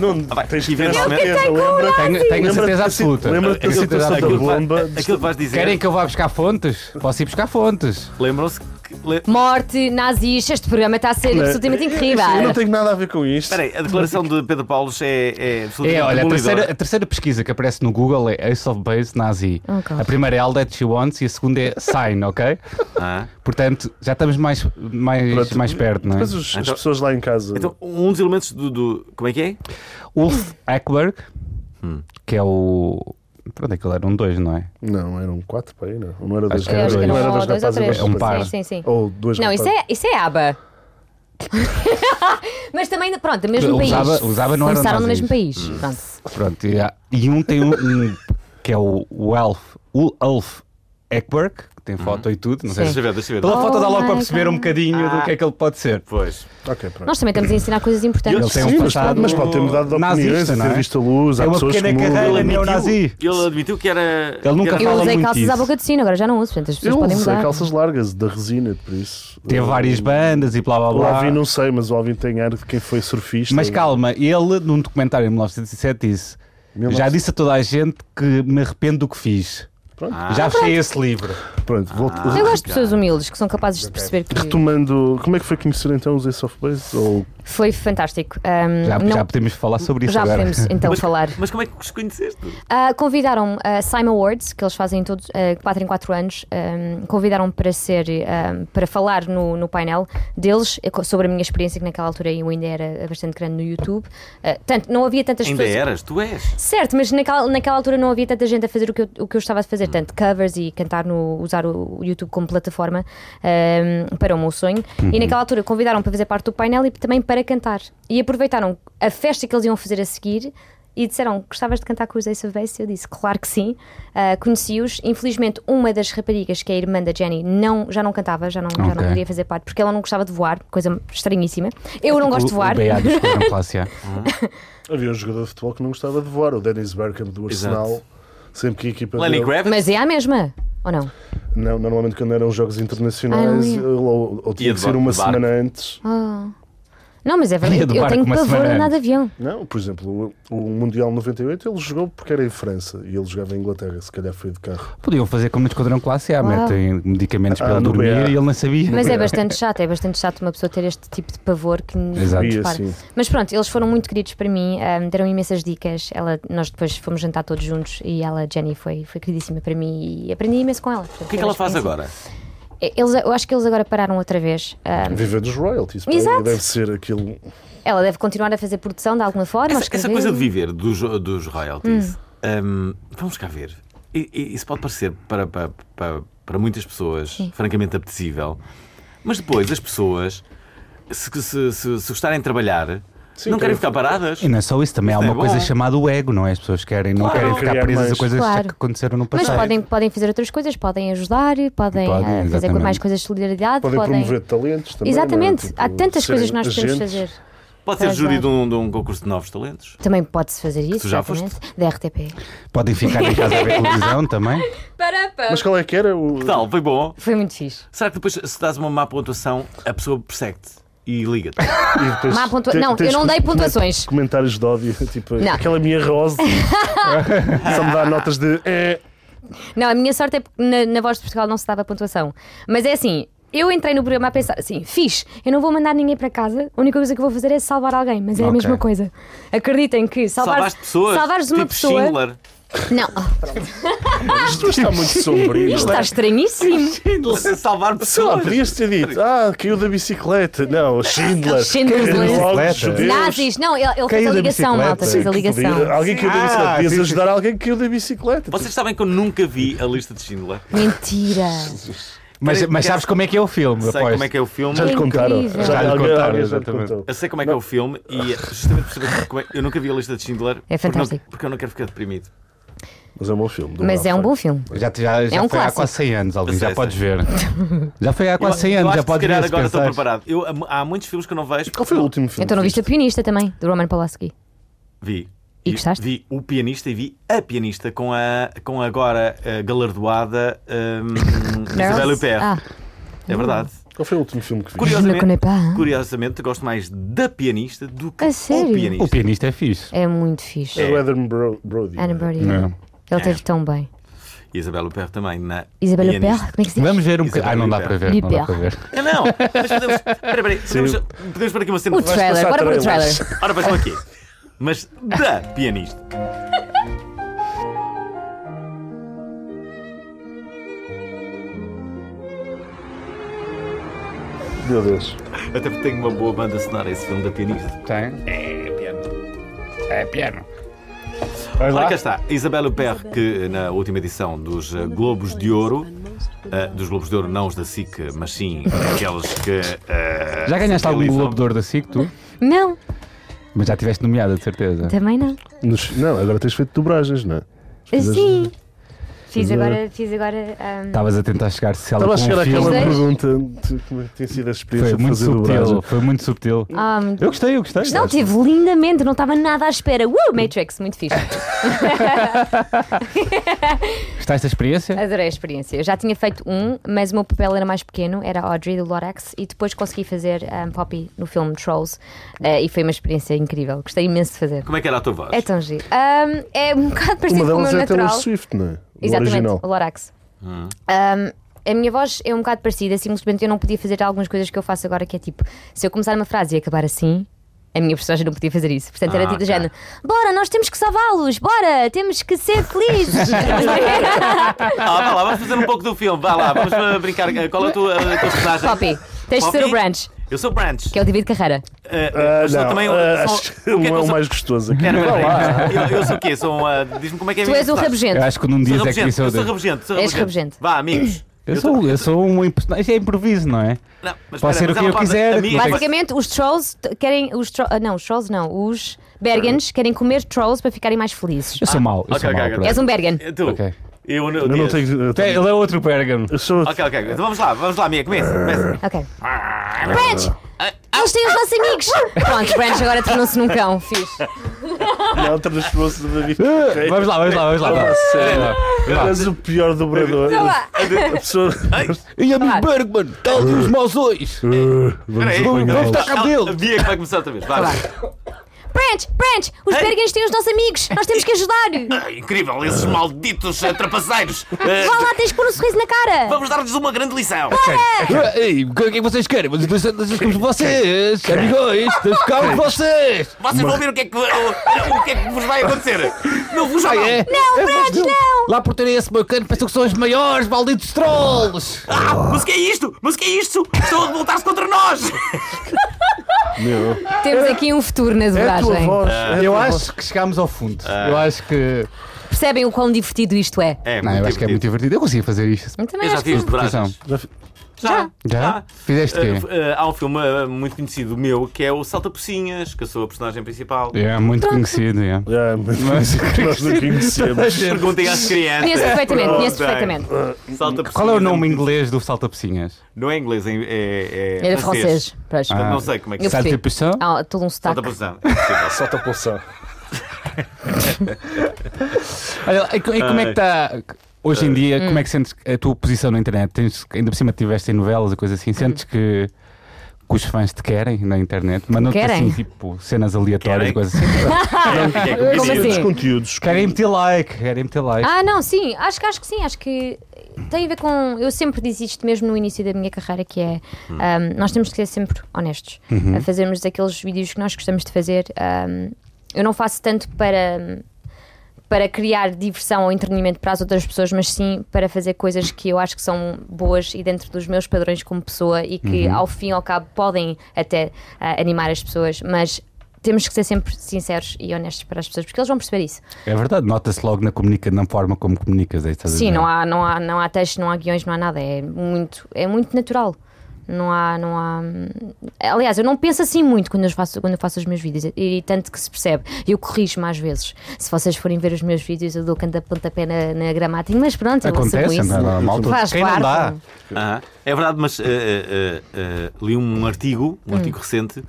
S3: Não,
S1: Ah, vai,
S3: tens que ter
S1: eventualmente-
S3: certeza, lembra?
S2: Tenho, tenho a certeza absoluta.
S3: Lembra-te da
S2: Tenho certeza
S3: situação da
S2: absoluta.
S3: bomba.
S1: Aquilo que vais dizer.
S2: Querem que eu vá buscar fontes? Posso ir buscar fontes.
S1: Lembram-se que. le-
S4: Morte, nazis, este programa está a ser absolutamente incrível.
S3: é? Eu não tenho nada a ver com isto.
S1: Espera aí, a declaração de Pedro Paulos é, é absolutamente.
S2: É, olha, a
S1: demolidora.
S2: terceira, a terceira pesquisa que aparece no Google é Ace of Base Nazi.
S4: Oh, God.
S2: a primeira é All That She Wants e a segunda é Sign, ok?
S1: Ah.
S2: Portanto, já estamos mais, mais,
S3: Pronto,
S2: mais perto, não é?
S3: Depois os- as
S1: Então-
S3: pessoas lá em casa.
S1: Então, um dos elementos do. do- como é que é?
S4: Hum.
S2: Ulf Ekberg, que é o. Pronto, aquilo era um dois, não é?
S3: Não, eram quatro para aí, não. Não era das
S2: que era
S4: Eu acho que
S2: dois.
S4: eram
S3: Não era
S4: ou
S3: das
S4: dois ou
S3: rapazes.
S4: três.
S2: É um par.
S4: Sim, sim, sim.
S3: Ou duas
S4: Não, isso
S3: rapazes.
S4: é, isso é aba. *laughs* Mas também, pronto, do mesmo
S2: Os
S4: país.
S2: ABBA- os ABBA não eram
S4: Começaram no
S2: nazis.
S4: mesmo país. Pronto.
S2: Pronto, e, há- e um tem um, um que é o, o Elf, o Ulf Ekberg, que tem foto e tudo, não sei
S4: Sim.
S2: se
S1: Deixa eu ver, deixa eu ver.
S2: Pela foto dá
S4: Oh
S2: logo para
S4: my
S2: perceber um
S4: God.
S2: bocadinho do que é que ele pode ser.
S1: Pois.
S3: Ok, pronto.
S4: Nós também estamos a ensinar coisas
S2: Ele
S4: importantes.
S2: tem
S3: Sim,
S2: um
S3: mas pode,
S2: passado.
S3: mas pode ter mudado de
S2: nazista,
S3: opiniões,
S2: não é?
S3: ter visto a luz,
S2: É
S3: há
S2: uma
S3: pessoas
S2: pequena
S3: que mudam.
S2: carreira,
S3: Eu
S2: meu nazi.
S1: Ele admitiu que era.
S2: Ele nunca
S1: que era
S4: Eu
S2: fala
S1: nazista.
S4: usei
S2: muito
S4: calças
S2: isso.
S4: à boca de sino, agora já não uso, portanto as pessoas
S3: Eu
S4: podem
S3: usei
S4: mudar.
S3: calças largas da resina, por isso.
S2: Teve
S3: Eu-
S2: várias bandas e blá blá
S3: O
S2: blá.
S3: Alvin não sei, mas o Alvin tem ar de quem foi surfista.
S2: Mas calma, ele num documentário em 1907 disse: Já
S3: 1900.
S2: disse a toda a gente que me arrependo do que fiz. Ah.
S3: Pronto.
S2: Já fechei esse livro.
S3: Pronto, volto-
S2: Ah.
S4: Eu gosto de pessoas humildes que são capazes de perceber que
S3: retomando. Como é que foi conhecer então os Ace of Base? Ou
S4: foi fantástico. Ahm,
S2: Já,
S4: não-
S2: já podemos falar sobre isso
S4: já
S2: agora.
S4: podemos
S2: *laughs*
S4: então
S1: Mas-
S4: falar.
S1: Mas como é que os conheceste?
S4: Ah, convidaram-me a Simon Awards, que eles fazem todos 4 em 4 anos, ahm, convidaram-me para ser ahm, para falar no, no painel deles eh, co- sobre a minha experiência, que naquela altura eu ainda era bastante grande no YouTube. Ah, tanto, não havia tantas
S1: Ainda
S4: pessoas.
S1: eras? Tu és.
S4: Certo, mas naquela, naquela altura não havia tanta gente a fazer o que eu, o que eu estava a
S2: Hum.
S4: fazer, tanto covers e cantar no. usar o o YouTube como plataforma ahm, para o meu sonho.
S2: Uhum.
S4: E naquela altura convidaram para fazer parte do painel e também para cantar. E aproveitaram a festa que eles iam fazer a seguir e disseram: Gostavas de cantar com os Ace of Base? Eu disse: Claro que sim. Ah, Conheci-os. Infelizmente, uma das raparigas, que é a irmã da Jenny, não, já não cantava, já não, já não
S2: Ok.
S4: podia fazer parte, porque ela não gostava de voar, coisa estranhíssima. Eu não gosto
S2: *laughs*
S4: de
S2: O-
S4: voar.
S2: O BA do Esquadrão Classe A.
S3: havia um jogador de futebol que não gostava de voar, o Dennis Bergkamp do
S1: Exato.
S3: Arsenal. Sempre que a equipa.
S1: Lenny
S3: dele-
S1: Kravitz?
S4: Mas é a mesma, ou não?
S3: Não, normalmente quando eram jogos internacionais,
S4: Ah, não ia.
S3: ele ou, ou tinha
S1: Ia
S3: que
S1: de
S3: ser
S1: bar-
S3: uma
S1: de barco.
S3: semana antes.
S4: Ah. Não, mas é
S2: Ia do
S4: verdade. Eu
S2: barco
S4: tenho
S2: uma
S4: pavor
S2: semana
S4: de andar de
S2: antes.
S4: avião.
S3: Não, por exemplo, o, o Mundial 98 ele jogou porque era em França e ele jogava em Inglaterra, se calhar foi de carro.
S2: Podiam fazer como no Esquadrão Classe A:
S4: Uau.
S2: metem medicamentos
S3: Ah,
S2: para ele
S3: no
S2: dormir
S3: BA.
S2: e ele não sabia.
S4: Ah. Mas é bastante chato, é bastante chato uma pessoa ter este tipo de pavor que n-
S2: Exato.
S4: repara.
S3: E assim.
S4: Mas pronto, eles foram muito queridos para mim, ahm, deram imensas dicas. Ela, nós depois fomos jantar todos juntos e ela, Jenny, foi, foi queridíssima para mim e aprendi imenso com ela. É,
S1: O que é que ela faz agora?
S4: Eles, eu acho que eles agora pararam outra vez. ahm,
S3: Viver dos royalties, para ele
S4: Ah. Exato.
S3: deve ser aquilo.
S4: ela deve continuar a fazer produção de alguma forma.
S1: Essa, essa
S4: escrever.
S1: coisa de viver dos, dos royalties, hum, vamos cá ver. I- i- Isso pode parecer para, para, para, para muitas pessoas francamente apetecível, mas depois as pessoas, se, se, se, se gostarem de trabalhar,
S3: Sim,
S1: não querem
S3: querem-
S1: ficar paradas.
S2: E não é só isso, também há
S1: Isto é
S2: uma coisa
S1: bom.
S2: chamada o ego, não é? As pessoas querem, não
S1: Claro.
S2: querem ficar
S3: Criar
S2: presas a
S3: mais.
S2: coisas
S4: Claro.
S2: que aconteceram no
S4: Mas
S2: passado.
S4: podem, podem fazer outras coisas, podem ajudar, podem, ah, fazer
S2: exatamente.
S4: mais coisas de solidariedade,
S3: Podem promover talentos também. não é?
S4: Exatamente,
S3: Tipo,
S4: há tantas
S3: serem
S4: coisas que nós podemos
S3: agentes.
S4: fazer.
S1: Pode ser
S4: Pois
S1: júri
S4: é.
S1: de um, de um concurso de novos talentos.
S4: Também pode-se fazer isso,
S1: tu já
S4: exatamente. Da RTP.
S2: Podem ficar em casa a
S4: *laughs*
S2: ver televisão também.
S3: Mas qual é que era o.
S1: Que tal? Foi bom.
S4: Foi muito fixe.
S1: Será que depois, se dás uma má pontuação, a pessoa persegue-te e liga-te?
S3: E
S1: Tá.
S3: depois
S4: Má pontua-
S3: te-
S4: não,
S3: tens
S4: eu não dei
S3: com-
S4: pontuações.
S3: Comentários de ódio, *laughs* tipo
S4: Não.
S3: aquela minha
S4: *laughs*
S3: rose. Só me dá notas de. É,
S4: Não, a minha sorte é porque na, na voz de Portugal não se dava pontuação. Mas é assim. Eu entrei no programa a pensar assim, fiz, eu não vou mandar ninguém para casa, a única coisa que eu vou fazer é salvar alguém, mas é a
S2: Ok.
S4: mesma coisa. Acreditem que salvar,
S1: Salvaste pessoas.
S4: salvares uma
S1: tipo
S4: pessoa.
S1: Schindler.
S4: Não, oh,
S3: isto está muito
S4: *laughs*
S3: sombrio.
S4: isto está estranhíssimo.
S1: *laughs* Salvar
S3: Ah,
S1: pessoas.
S3: podias ter dito, ah, caiu da bicicleta.
S4: *laughs*
S3: Não, Schindler.
S4: Schindler.
S3: Caiu
S4: Schindler.
S3: logo,
S2: Bicicleta.
S3: judeus.
S4: Nazis, não, ele, ele
S2: Caiu
S4: fez a
S2: da
S4: ligação,
S2: bicicleta.
S4: malta, fez a
S2: Sim,
S4: ligação.
S3: Podia- Alguém caiu da
S2: Ah,
S3: bicicleta. Podias
S2: sim, sim.
S3: ajudar alguém que caiu da bicicleta.
S1: Vocês sabem que eu nunca vi a lista de Schindler.
S4: Mentira.
S2: Mas,
S1: Querem-
S2: mas sabes como é que é o filme?
S1: Sei
S2: aposto.
S1: como é que é o filme.
S3: Já lhe contaram.
S4: Incrível.
S3: Já
S2: Já lhe
S3: lhe
S2: contaram,
S3: contaram. Já lhe
S2: exatamente.
S3: contou.
S1: Eu sei como é que é o filme e justamente por saber como é, eu nunca vi a lista de Schindler.
S4: É
S1: porque não-
S4: fantástico.
S1: Porque eu não quero ficar deprimido.
S3: Mas é um bom filme. do
S4: Mas é um
S3: Ralph
S4: bom filme.
S2: Já, já, já
S4: É um
S2: foi há
S4: clássico.
S2: quase 100 anos, Alvin,
S1: Eu sei,
S2: já
S1: sei.
S2: podes
S4: *laughs*
S2: ver. já foi há quase 100
S1: eu
S2: anos,
S1: acho
S2: já
S1: que se
S2: podes
S1: calhar
S2: ver. se
S1: agora estou
S2: pensares.
S1: preparado. Eu, há- há muitos filmes que eu não vejo.
S3: Qual foi o último filme?
S4: Então não
S3: que
S4: viste a pianista também, do Roman Polanski.
S1: Vi.
S4: E gostaste?
S1: Vi o pianista e vi a pianista com a, com a agora a galardoada
S4: *laughs*
S1: um, Isabelle
S4: Meryl-
S1: Huppert.
S4: Ah,
S1: É verdade.
S3: Qual foi o último filme que viste?
S1: Curioso. Curiosamente-
S4: Je ne connais pas.
S1: Curiosamente, gosto mais da pianista do que
S4: ah. A
S1: o
S4: sério?
S1: pianista.
S2: O pianista é fixe.
S4: É muito fixe.
S3: É o Adam Bro- Brody.
S4: Anna Brody.
S2: Não.
S4: Ele teve tão bem.
S1: E Isabelle Huppert também. Na
S4: Isabelle
S1: pianista.
S4: Huppert, como é que se diz?
S2: Vamos ver um bocadinho. Ah, não dá
S1: Liper.
S2: para ver. Não dá para ver.
S1: Ah, Não, mas podemos. Espera, espera, podemos, podemos pôr aqui uma cena.
S4: O
S1: Vais-
S4: Um trailer,
S3: passar
S4: bora para o
S3: trailers.
S4: trailer.
S1: Ora, vejam aqui. Mas da pianista.
S3: Meu Deus.
S1: Até porque tenho uma boa banda sonora esse filme da pianista.
S2: Tem?
S1: É piano.
S2: É piano.
S1: Ora, cá está. Isabelle Huppert, que na última edição dos eh, Globos de Ouro, eh, dos Globos de Ouro, não os da SIC, mas sim aqueles que. eh,
S2: Já ganhaste algum
S1: realizam-
S2: Globo de Ouro da SIC, tu?
S4: *laughs* Não,
S2: Mas já tiveste nomeada, de certeza.
S4: também não.
S3: Nos- Não, agora tens feito dobragens, não é? Fizeste-
S4: Sim. Assim. Fiz
S3: Fizeste-
S4: agora. Fiz agora um,
S3: Tá.
S4: ahm,
S2: Estavas a tentar chegar se ela
S3: Estava a
S2: com um
S3: chegar àquela
S2: filme.
S4: Fizeste?
S3: pergunta de como é que tem sido a
S2: Foi
S3: experiência de
S2: muito
S3: fazer dobragem.
S2: subtil. Foi muito subtil.
S4: ah, muito-
S2: Eu gostei, eu gostei.
S4: Não, tive lindamente, não estava nada à espera. Uh, Matrix, muito fixe.
S2: Gostaste da experiência?
S4: Adorei a experiência. Eu já tinha feito um, mas o meu papel era mais pequeno, era Audrey do Lorax, e depois consegui fazer ahm, Poppy no filme Trolls. eh, e foi uma experiência incrível. Gostei imenso de fazer.
S1: Como é que era a tua voz?
S4: É tão giro. Ahm, é um bocado
S3: Uma
S4: parecido com o
S3: delas
S4: meu
S3: é a Taylor
S4: natural.
S3: Swift, não é? O
S4: Exatamente,
S3: original.
S4: o Lorax.
S1: Ah.
S4: Um, a minha voz é um bocado parecida, simplesmente eu não podia fazer algumas coisas que eu faço agora, que é tipo, se eu começar uma frase e acabar assim, a minha personagem não podia fazer isso. Portanto, era
S1: Ah,
S4: tipo do
S1: ok.
S4: género: bora, nós temos que salvá-los, bora, temos que
S1: *laughs*
S4: ser felizes.
S1: Ah, vá lá, vamos fazer um pouco do filme. Vá lá, vamos eh, brincar. Eh, Qual é a tua, a tua personagem?
S4: Poppy, tens de
S1: Poppy?
S4: ser o Branch,
S1: Eu sou o Branch.
S4: que é o David Carreira.
S1: Eh,
S3: Ah,
S1: eu sou
S3: não,
S1: também o-
S3: ah,
S1: sou-
S3: acho que
S1: o que é que
S3: não é
S1: eu
S3: o
S1: sou?
S3: mais gostoso aqui.
S1: Espera, espera, espera. Eu, eu sou o quê? Sou um, ah, Diz-me como é que é a
S4: Tu
S1: minha
S4: és o
S1: personagem.
S4: rabugento.
S2: Eu acho que num dia
S1: Sou
S2: é que
S1: rabugento,
S2: isso
S1: eu
S2: eu
S1: sou
S2: devo-
S1: rabugento. sou
S4: És rabugento.
S1: Vá, amigos.
S2: Eu sou, eu sou um impersonal. Isto é improviso, não é?
S1: Não, mas espera,
S2: Pode ser o
S1: mas
S2: que
S1: ela
S2: eu
S1: pode-
S2: quiser,
S1: amigos-
S2: mas-
S4: Basicamente, os trolls t- querem. Os tro- ah, não, os trolls não, os Bergens querem comer trolls para ficarem mais felizes.
S2: Eu sou mau. Eu
S1: ok,
S2: sou
S1: ok,
S2: mau.
S1: ok.
S2: pronto.
S4: És um Bergen.
S1: É Tu.
S2: Ok.
S1: Eu, eu,
S3: Eu não tenho. eu
S2: Tem-
S3: tenho-
S2: Ele é outro Bergamo.
S3: Eu sou.
S1: Ok, ok. Então vamos lá, vamos lá, Mia. Começa, começa.
S4: Ok.
S1: Ah.
S4: Branch! Eles têm os nossos amigos! Pronto, Branch agora tornou-se num cão, fixe.
S3: Não, transformou-se de
S2: *laughs*
S3: David.
S2: Ah, Vamos lá, vamos lá, vamos lá. vá.
S3: Tu és o pior dobrador.
S4: lá.
S3: A pessoa. Ah,
S2: E amigo Bergman, tal os mausões.
S1: Espera aí.
S2: apanhar Vamos dar cabo
S1: Ela-
S2: dele.
S1: Mia que vai começar outra vez. Vá.
S4: Tá Branch! Branch! Os Bergens têm os nossos amigos! Nós temos que ajudar!
S1: Ah, incrível, esses malditos eh, trapaceiros. Eh,
S4: Vá lá, tens que pôr um sorriso na cara!
S1: vamos dar-lhes uma grande lição.
S2: Ah, ei, O que é que vocês querem? Mas estamos com vocês, amigões, estamos cá com vocês.
S1: Vocês vão ver o que é que, o, o que é que vos vai acontecer. Não vos
S2: Ah, é?
S4: Não, Branch, não!
S1: É
S2: Lá por terem esse bacana, pensam que são os maiores malditos trolls.
S1: Ah, mas o que é isto? Mas o que é isto? Estão a voltar-se contra nós.
S4: Temos aqui um futuro na
S3: É a tua
S4: dobragem.
S3: voz. é a
S2: Eu
S3: tua voz.
S2: acho que chegámos ao fundo. Eu acho que.
S4: Percebem o quão divertido isto é?
S1: É,
S2: Não, eu acho que é muito divertido. Eu consigo fazer isto.
S4: Eu também
S1: Eu já
S4: acho que
S1: fiz
S4: sim.
S1: dobragens.
S3: Já fi-
S1: Já?
S2: Já? Fizeste
S1: Eh,
S2: quê?
S1: eh, há um filme eh, muito conhecido meu que é o Salta Pocinhas, que eu sou a personagem principal.
S2: É muito conhecido, é.
S3: Já, Ah, mas é nós
S2: *laughs*
S3: não conhecemos.
S1: Perguntem às crianças.
S4: Conheço perfeitamente, conheço
S1: Perguntem.
S4: perfeitamente.
S1: Salta
S2: Qual é o
S1: Pocinhas
S2: nome inglês do salta-pecinhas?
S1: Não é inglês, é, é, é
S4: Era francês. Pois.
S1: Portanto,
S2: Ah.
S1: Não sei como é que
S4: Eu
S1: se
S4: percebi.
S2: Salta-peção?
S4: Há todo um
S1: Salta
S4: sotaque.
S1: Pocinhas. É possível.
S2: *laughs*
S3: Salta a poção.
S2: Olha, e, co- e como é que está. Hoje em dia, como é que sentes a tua posição na internet? Tens, ainda por cima tiveste em novelas e coisas assim. Sentes que, que os fãs te querem na internet? Mandam-te
S4: Querem?
S2: assim, tipo, cenas
S1: Querem?
S2: aleatórias e coisas assim.
S1: Quem é que me
S4: Como
S1: diz?
S4: assim?
S3: Os conteúdos.
S2: Querem meter like, querem meter like.
S4: Ah, não, sim, acho, que- acho que sim, acho que tem a ver com. Eu sempre disse isto mesmo no início da minha carreira, que é ahm, nós temos que ser sempre honestos a fazermos aqueles vídeos que nós gostamos de fazer. ahm, eu não faço tanto para para criar diversão ou entretenimento para as outras pessoas, mas sim para fazer coisas que eu acho que são boas e dentro dos meus padrões como pessoa e que ao fim e ao cabo podem até ah, animar as pessoas, mas temos que ser sempre sinceros e honestos para as pessoas, porque eles vão perceber isso.
S2: É verdade, nota-se logo na, comunica, na forma como comunicas. é isso que estás a
S4: Sim,
S2: dizer.
S4: não há, não, há, não há texto, não há guiões, não há nada. É muito, é muito natural. Não há, não há. hum, Aliás, eu não penso assim muito quando eu faço, quando eu faço os meus vídeos. E, tanto que se percebe. Eu corrijo mais vezes. Se vocês forem ver os meus vídeos, eu dou canta pontapé na, na gramática. Mas pronto, eu assumo
S2: Acontece,
S4: isso.
S2: não é? Não, malta-
S4: Faz
S2: Quem não dá?
S4: parte.
S1: Aham. É verdade, mas eh, eh, eh, eh, li um artigo, um artigo recente,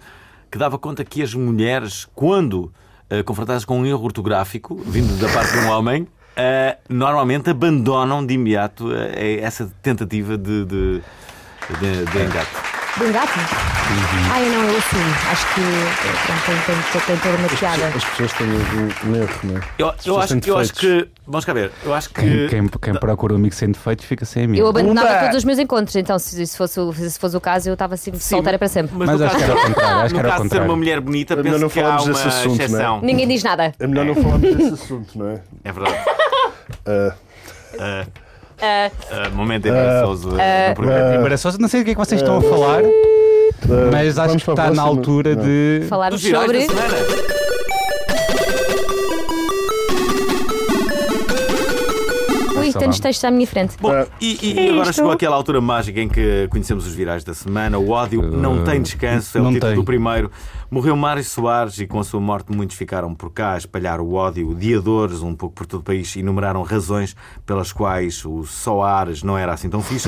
S1: que dava conta que as mulheres, quando eh, confrontadas com um erro ortográfico, vindo da parte de um homem, *laughs* eh, normalmente abandonam de imediato eh, essa tentativa de, de, de- de engate.
S4: De um gato?
S2: Uhum.
S4: Ai, não, eu assumo. Acho que pronto, tem, tem, tem, tem toda uma piada.
S3: As pessoas têm um, um erro, não é?
S1: Eu,
S3: As
S1: eu,
S3: pessoas
S1: acho,
S3: têm
S1: eu acho
S3: defeitos.
S1: que. Vamos cá ver. Eu acho que.
S2: Quem, quem, quem procura um amigo sem defeitos fica sem amigo.
S4: Eu abandonava
S2: Pumba!
S4: todos os meus encontros, então se, se, fosse, o- se fosse o caso, eu estava assim
S1: Sim,
S4: solteira para sempre.
S1: Mas,
S2: Mas
S1: no
S2: acho que
S1: caso,
S2: era ao contrário, acho que
S1: no
S2: era ao
S1: caso de ser uma
S2: contrário.
S1: mulher bonita,
S3: Melhor
S1: penso
S3: não
S1: que há
S3: falarmos
S1: uma
S3: desse assunto, não é?
S1: exceção.
S4: Ninguém diz nada.
S3: É melhor não falarmos desse assunto, não é?
S1: É verdade.
S3: *laughs* Ah,
S1: Ah, momento embaraçoso ah, do programa.
S2: Embaraçoso, não sei do que é que vocês estão a falar,
S3: ah,
S2: mas acho
S3: eh, vamos
S2: que
S3: para a
S2: está na
S3: próxima.
S2: altura
S3: Não.
S2: de.
S4: Falarmos
S1: Dos virais
S4: sobre.
S1: da semana.
S4: Ui,
S2: Sei
S4: tantos
S2: lá.
S4: textos à minha frente.
S1: Bom,
S3: É.
S1: e, e agora chegou aquela altura mágica em que conhecemos os virais da semana. O ódio não tem descanso, é o
S2: não
S1: título
S2: tem.
S1: do primeiro. Morreu Mário Soares e com a sua morte muitos ficaram por cá a espalhar o ódio, odiadores um pouco por todo o país, enumeraram razões pelas quais o Soares não era assim tão fixe.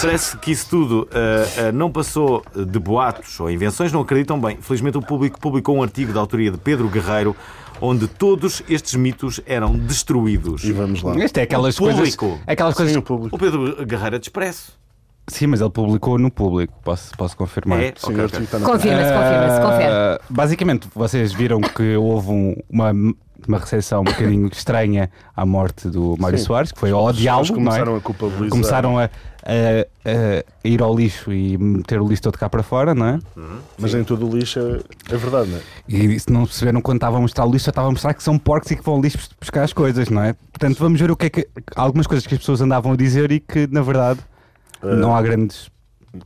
S1: Parece que isso tudo ah, ah, não passou de boatos ou invenções, não acreditam bem. Felizmente o público publicou um artigo da autoria de Pedro Guerreiro onde todos estes mitos eram destruídos.
S3: E vamos lá.
S2: Isto é aquelas
S1: O
S2: coisas.
S1: público.
S2: Aquelas coisas.
S3: Sim, o público.
S1: O Pedro Guerreiro é de expresso.
S2: Sim, mas ele publicou no público, posso, posso confirmar.
S1: É, ok,
S3: Sim, o
S1: ok.
S3: artigo está na
S4: Confirma-se, confirma-se, confere.
S2: Ah, Basicamente, vocês viram que houve um- uma, uma recepção um bocadinho estranha à morte do Mário
S3: Sim.
S2: Soares, que foi ao
S3: Eles
S2: diálogo.
S3: começaram
S2: não é?
S3: a culpabilizar.
S2: Começaram a, a- a ir ao lixo e meter o lixo todo cá para fora, não é?
S3: Mas nem tudo o lixo é, é verdade, não é?
S2: E se não perceberam quando estava a mostrar o lixo, só estava a mostrar que são porcos e que vão ao lixo buscar as coisas, não é? Portanto, vamos ver o que é que. Algumas coisas que as pessoas andavam a dizer e que, na verdade, não há grandes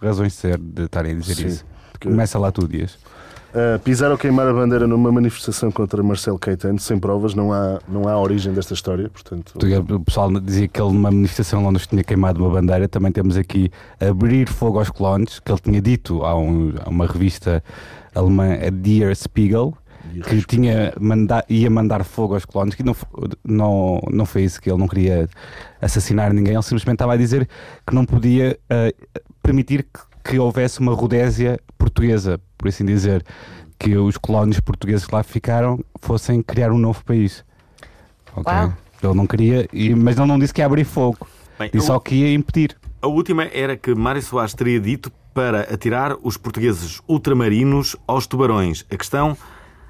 S2: razões de ser de estarem a dizer
S3: Sim.
S2: isso. Começa lá tu, Dias.
S3: Uh, pisar ou queimar a bandeira numa manifestação contra Marcelo Caetano, sem provas, não há, não há origem desta história, portanto.
S2: Tu- O pessoal dizia que ele numa manifestação onde nos tinha queimado uma bandeira. Também temos aqui abrir fogo aos colonos, que ele tinha dito a, um- a uma revista alemã, a Der Spiegel, que tinha manda- ia mandar fogo aos colonos, que não, fo- não, não foi isso, que ele não queria assassinar ninguém, ele simplesmente estava a dizer que não podia eh, permitir que, que houvesse uma rodésia portuguesa, por assim dizer, que os colonos portugueses que lá ficaram fossem criar um novo país. Ok?
S4: Uau.
S2: Ele não queria, e- mas ele não disse que ia abrir fogo,
S1: Bem,
S2: disse
S1: a,
S2: só que ia impedir.
S1: a última era que Mário Soares teria dito para atirar os portugueses ultramarinos aos tubarões. A questão,